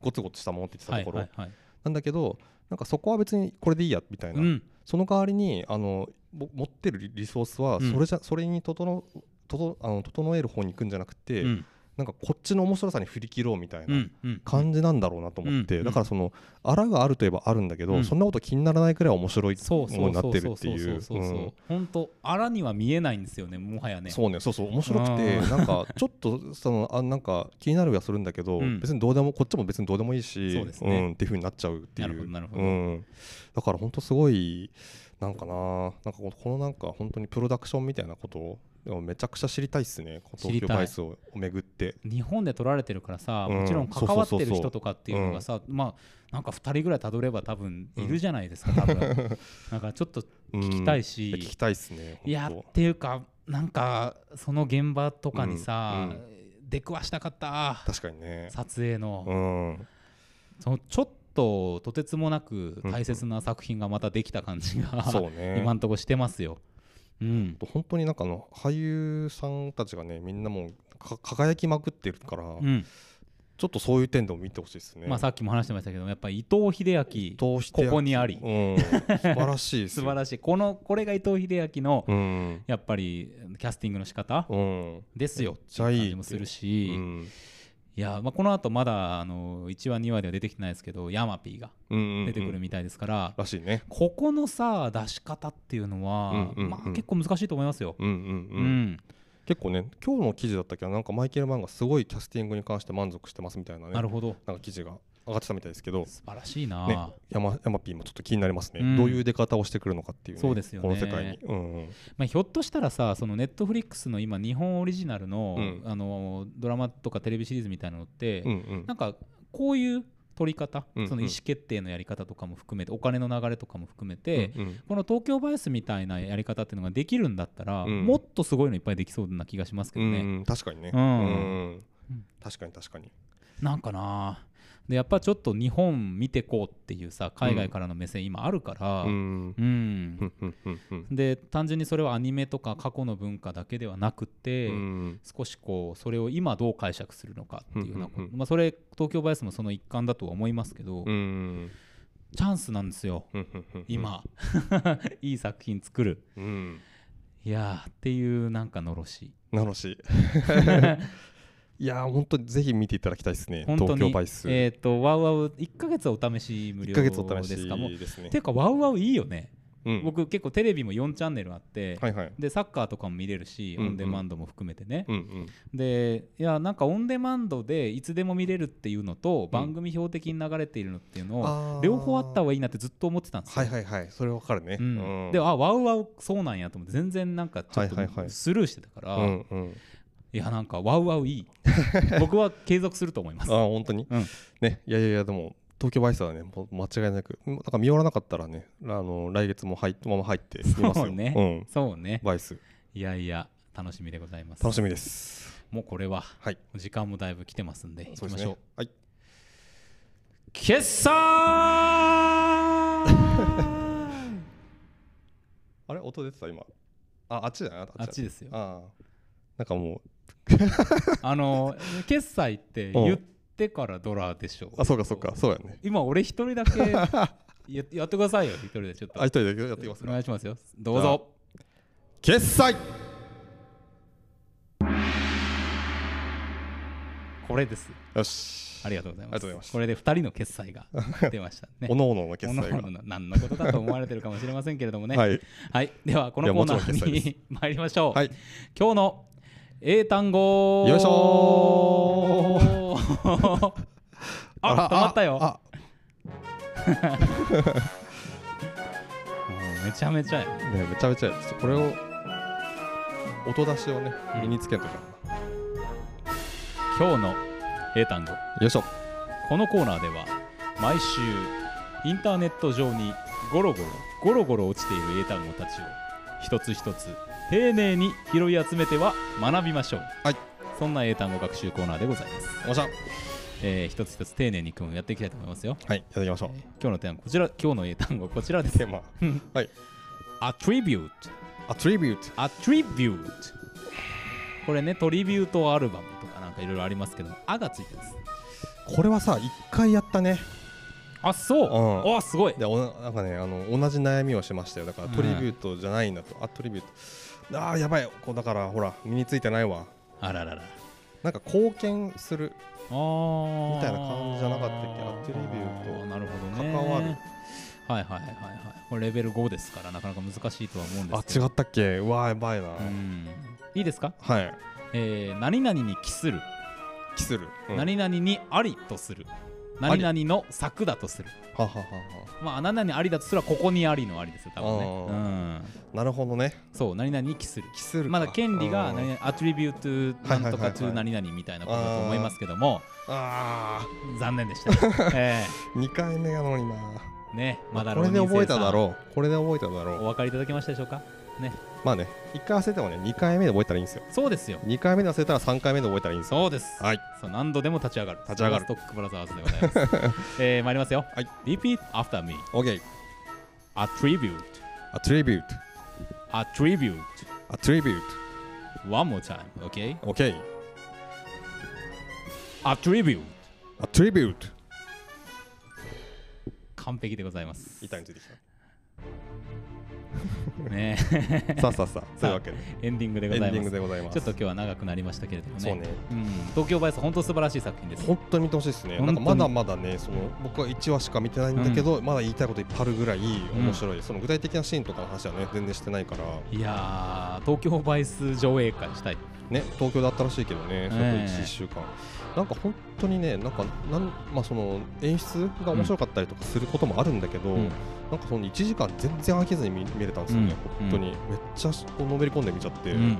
B: ゴツゴツしたものって言ってたところ、
A: はいはいはい
B: なんだけどなんかそこは別にこれでいいやみたいな、
A: うん
B: その代わりにあのぼ持ってるリリソースは
A: うん
B: それじゃ、それに整整あの整える方に行くんじゃなくて、
A: うん
B: なんかこっちの面白さに振り切ろうみたいな。
A: うんうん
B: 感じなんだろうなと思って、
A: うん
B: だからそのあらがあるといえばあるんだけど、
A: うん
B: そんなこと気にならないくらい面白い
A: そ
B: も
A: う
B: の
A: そ
B: に
A: う
B: な
A: そ
B: っ
A: う
B: て
A: そ
B: る
A: う
B: って
A: そう
B: い
A: そう
B: う
A: そう
B: うん
A: 本当あらには見えないんですよねもはやね
B: そうねそうそう面白くて
A: あー
B: なんかちょっとそのあなんか気になるはするんだけど、
A: うん
B: 別にどうでもこっちも別にどうでもいいし
A: そうですね
B: ん、っていう風になっちゃうって
A: な
B: い
A: るほど
B: う
A: なるほど
B: うん、だから本当すごいなんかななんかこのこのなんか本当にプロダクションみたいなことをでもめちゃくちゃ知りたいっすねこの
A: 知り
B: 東
A: たい
B: 京バイスを巡って。
A: 日本で撮られてるからさ、
B: うん
A: もちろん関わって
B: そうそう
A: る
B: そうそ
A: 人
B: う
A: とかっていうのがさ、まあなんか2人ぐらいたどれば多分いるじゃない
B: <laughs>
A: ですか、多分なんかちょっと聞きたいし、
B: うん聞きたいっすね
A: いや
B: 本
A: っていうかなんかその現場とかにさ、
B: うんう
A: 出くわしたかった
B: 当確かにね
A: 撮影の,、
B: うん
A: そのちょっととてつもなく大切な作品がまたできた感じが、
B: そう
A: <laughs>
B: ね
A: 今んとこしてますよ。うん、
B: 本当になんかあの俳優さんたちがねみんなもうか輝きまくってるから、
A: うん
B: ちょっとそういう点でも見てほしいですね。
A: まあ、さっきも話してましたけどやっぱ伊藤英明
B: どうしてや
A: ここにあり
B: うん、素晴らしいです
A: 素
B: よ。
A: 晴らしいこのこれが伊藤英明の、
B: うん、
A: やっぱりキャスティングの仕方
B: うん、
A: ですよ
B: め
A: っ
B: ってちゃいい
A: 感じもするし、
B: うん、
A: いや、まあ、この後まだあの1話2話では出てきてないですけどヤマピーが
B: うん、
A: 出てくる
B: うん
A: みたいですから、
B: らしいね。
A: ここのさ出し方っていうのは、
B: うんうんうん
A: まあ、結構難しいと思いますよ。
B: うん、
A: う
B: うん、うん。結構ね、今日の記事だったけど、なんかマイケルマンがすごいキャスティングに関して満足してますみたいなね。
A: なるほど
B: なんか記事が上がってたみたいですけど、
A: 素晴らしいな、
B: ね、山山 P もちょっと気になりますね、
A: うん
B: どういう出方をしてくるのかっていう,、
A: そうですよね
B: この世界に、うんうん
A: まあ、ひょっとしたらさそのネットフリックスの今日本オリジナルの,、
B: うん
A: あのドラマとかテレビシリーズみたいなのって、
B: うんうん
A: なんかこういう取り方、
B: うんうん
A: その意思決定のやり方とかも含めてお金の流れとかも含めて、
B: うんうん
A: この東京バイアスみたいなやり方っていうのができるんだったら、
B: うん
A: もっとすごいのいっぱいできそうな気がしますけ
B: う
A: ど
B: ん
A: ね、
B: うん確かにね、
A: うん
B: うん
A: うん
B: 確かに確かに、
A: なんかなでやっぱちょっと日本見てこうっていうさ海外からの目線今あるから、
B: うんうん
A: うん
B: うんうんうんうん
A: で単純にそれはアニメとか過去の文化だけではなくて、
B: うん
A: 少しこうそれを今どう解釈するのかっていうようなこと、
B: うんうんうん
A: まあ、それ東京バイアスもその一環だとは思いますけど、
B: うんうん
A: チャンスなんですよ
B: うんうんうん、
A: 今、 <laughs> いい作品作る
B: うん、
A: いやーっていうなんかのろし
B: なのし <laughs> いやー本当にぜひ見ていただきたいですね
A: 本当
B: 東
A: に
B: 京バイス、
A: えっ、とワウワウ1ヶ月お試し無
B: 一
A: 料
B: ヶ月お試
A: で
B: し
A: すかもう
B: ですね
A: ていうかワウワウいいよね、
B: うん、
A: 僕結構テレビも4チャンネルあって、
B: はいはい
A: でサッカーとかも見れるし、
B: うんうん
A: オンデマンドも含めてね、
B: うんうん
A: でいやなんかオンデマンドでいつでも見れるっていうのと、番組標的に流れているのっていうのを
B: あー
A: 両方あった方がいいなってずっと思ってたんですよ。
B: はいはいはいそれわかるね、
A: うんであワウワウそうなんやと思って全然なんかちょっと
B: はいはいはい
A: スルーしてたから、
B: う
A: い
B: んうん、
A: やなんかワウワウいい僕は継続すると思いま
B: あ
A: す。
B: ー本当に、
A: うん
B: ねいやいやいやでも東京バイスはねもう間違いなくなんか見終わらなかったらねあの来月も入っまま入って見ます
A: そ
B: よ
A: うね、
B: うん
A: そうね
B: バイス
A: いやいや楽しみでございます。
B: 楽しみです
A: もうこれは
B: はい
A: 時間もだいぶ来てますんで行き
B: そう
A: ま
B: で
A: し
B: す
A: ょう。
B: ねはい
A: 決 <laughs> 算
B: あれ音出てた今ああっちだなあ
A: あっち
B: だ
A: ですよ。
B: ああなんかも
A: あの決済って言ってからドラでしょ
B: うあそうかそうかそうやね
A: 今俺一人だけ <laughs> やってやってくださいよ一人でちょっと
B: あ一人だけやっていきます
A: お
B: か
A: 願いしますよどうぞ
B: 決済
A: これです
B: よし
A: ありがとうございます
B: ありがとうございます
A: これで二人の決済
B: <laughs>
A: が出ましたね
B: おのおのの決済
A: おのお
B: が
A: のの何のことだと思われてるかもしれませんけれどもね
B: は
A: はい、
B: い
A: ではこのコーナー
B: いやもちろん決済
A: に <laughs> 参りましょう、
B: はい
A: 今日の英単語
B: よいしょ
A: <laughs> あ止まったよ
B: あ
A: もうめちゃめちゃや
B: あねめちゃめちゃやちょっとこれを音出しをね
A: うん
B: 身につけんとか
A: 今日の英単語
B: よいしょ
A: このコーナーでは毎週インターネット上にゴロゴロゴロゴロ落ちている英単語たちを一つ一つ丁寧に拾い集めては学びましょう、
B: はい、
A: そんな英単語学習コーナーでございます、
B: おっしゃ
A: えー一つ一つ丁寧に組むやっていきたいと思いますよ、
B: はいやっていきましょう
A: えー今日のテーマこちら今日の英単語こちらです
B: テーマはい
A: attribute
B: アトリビュート
A: attribute これねトリビュートアルバムとかなんかいろいろありますけど「あ」がついてます
B: これはさ一回やったね
A: あそう
B: うん
A: あすごい
B: でおななんかねあの同じ悩みをしましたよだから
A: うん
B: トリビュートじゃないんだと、アトリビュートあーやばいこうだからほら身についてないわ
A: あららら
B: なんか貢献する
A: み
B: みたいな感じじゃなかったっけアトリビュート
A: なるほどね
B: 関わる
A: はいはいはいはいはいこれレベル5ですからなかなか難しいとは思うんで
B: あ
A: すけ
B: 違
A: ど
B: ったっけうわーやばいな、
A: うんいいですか、
B: はい
A: えー、何々に帰する、
B: キスる、うん
A: 何々にありとする何々の策だとする
B: はははは
A: まあ何々ありだとするはここにありのありですよ多分ね
B: あ
A: う
B: ー
A: ん
B: なるほどね
A: そう何々に帰する
B: キスるか
A: まだ権利が
B: うん
A: 何々アトリビュートなんとか
B: はいはいはいは
A: to
B: い
A: 何々みたいなことだと思いますけども
B: あ
A: 残念でした、
B: <laughs>
A: え
B: ー2回目なのにな
A: ー、ねまだ
B: これで覚えただ
A: う
B: ろうこれで覚えただろ
A: お
B: う
A: 分かりいただけましたでしょうか
B: まあね1回忘れてもね2回目で覚えたらいいんですよ
A: そうですよ
B: 2回目で忘れたら3回目で覚えたらいいんですよ
A: そうです、
B: はい
A: そう何度でも立ち上がる
B: 立ち上がる
A: ストックブラザーズでござい
B: <laughs>
A: ますえー、参りますよ、
B: はい
A: Repeat after me
B: OK
A: Attribute
B: アトリビュー
A: Attribute
B: トアトリビュー
A: One more time OK
B: ト OK
A: Attribute
B: アトリビュート
A: 完璧でございます
B: 板についてき <laughs>
A: ね
B: たさあさあさ <laughs> あそういうわけで
A: エンディングでご
B: エン
A: ざ
B: デ
A: い
B: ィ
A: ま
B: ング
A: す
B: でございます
A: ちょっと今日は長くなりましたけれどもね
B: そうね
A: うん、東京バイス本当素晴らしい作品です
B: 本当に見てほしいですね。なんかまだまだね、その僕は1話しか見てないんだけど、まだ言いたいこといっぱいあるぐらい面白い、その具体的なシーンとかの話はね、全然してないから、
A: いやー東京バイス上映会したい
B: ね、東京だったらしいけどね、それ
A: ええ
B: 1週間、なんか本当にね、なんかなん、まあ、その演出が面白かったりとかすることもあるんだけど、
A: うん
B: なんかその1時間全然飽きずに見見れたんですよね、
A: うん
B: 本当に、めっちゃこうのめり込んで見ちゃって、
A: うん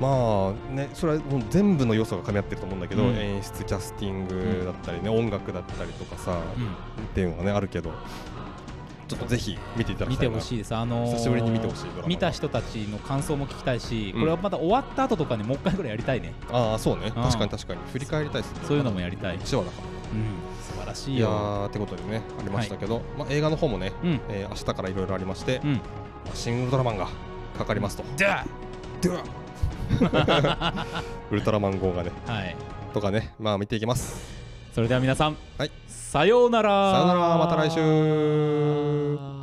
B: まあね、それはもう全部の要素が噛み合ってると思うんだけど、
A: うん
B: 演出、キャスティ
A: う
B: ン
A: ん
B: グだったりね、音楽だったりとかさ、
A: う
B: っていうのがね、あるけど、ちょっとぜひ見ていた
A: ん
B: だ
A: 見
B: きた
A: て
B: いな
A: ほしいですあのー
B: 久しぶりに見てほしいドラマが
A: 見た人たちの感想も聞きたいし、
B: うん
A: これはまた終わった後とかにもう一回ぐらいやりたいね、
B: ああそうね
A: うん
B: 確かに確かに振り返りたいですね
A: そういうのもやりたい
B: 1話だから
A: うん、素晴らしい
B: いや
A: よ
B: ーってことでねありましたけど、まあ、映画の方もね、
A: うん
B: えー明日からいろいろありまして、
A: うん
B: シングルドラマンがかかりますと
A: じゃ
B: では <laughs> ウルトラマン号がね
A: あはい
B: とかねまあ見ていきます
A: それでは皆さん、
B: はい
A: さようなら
B: さよならまた来週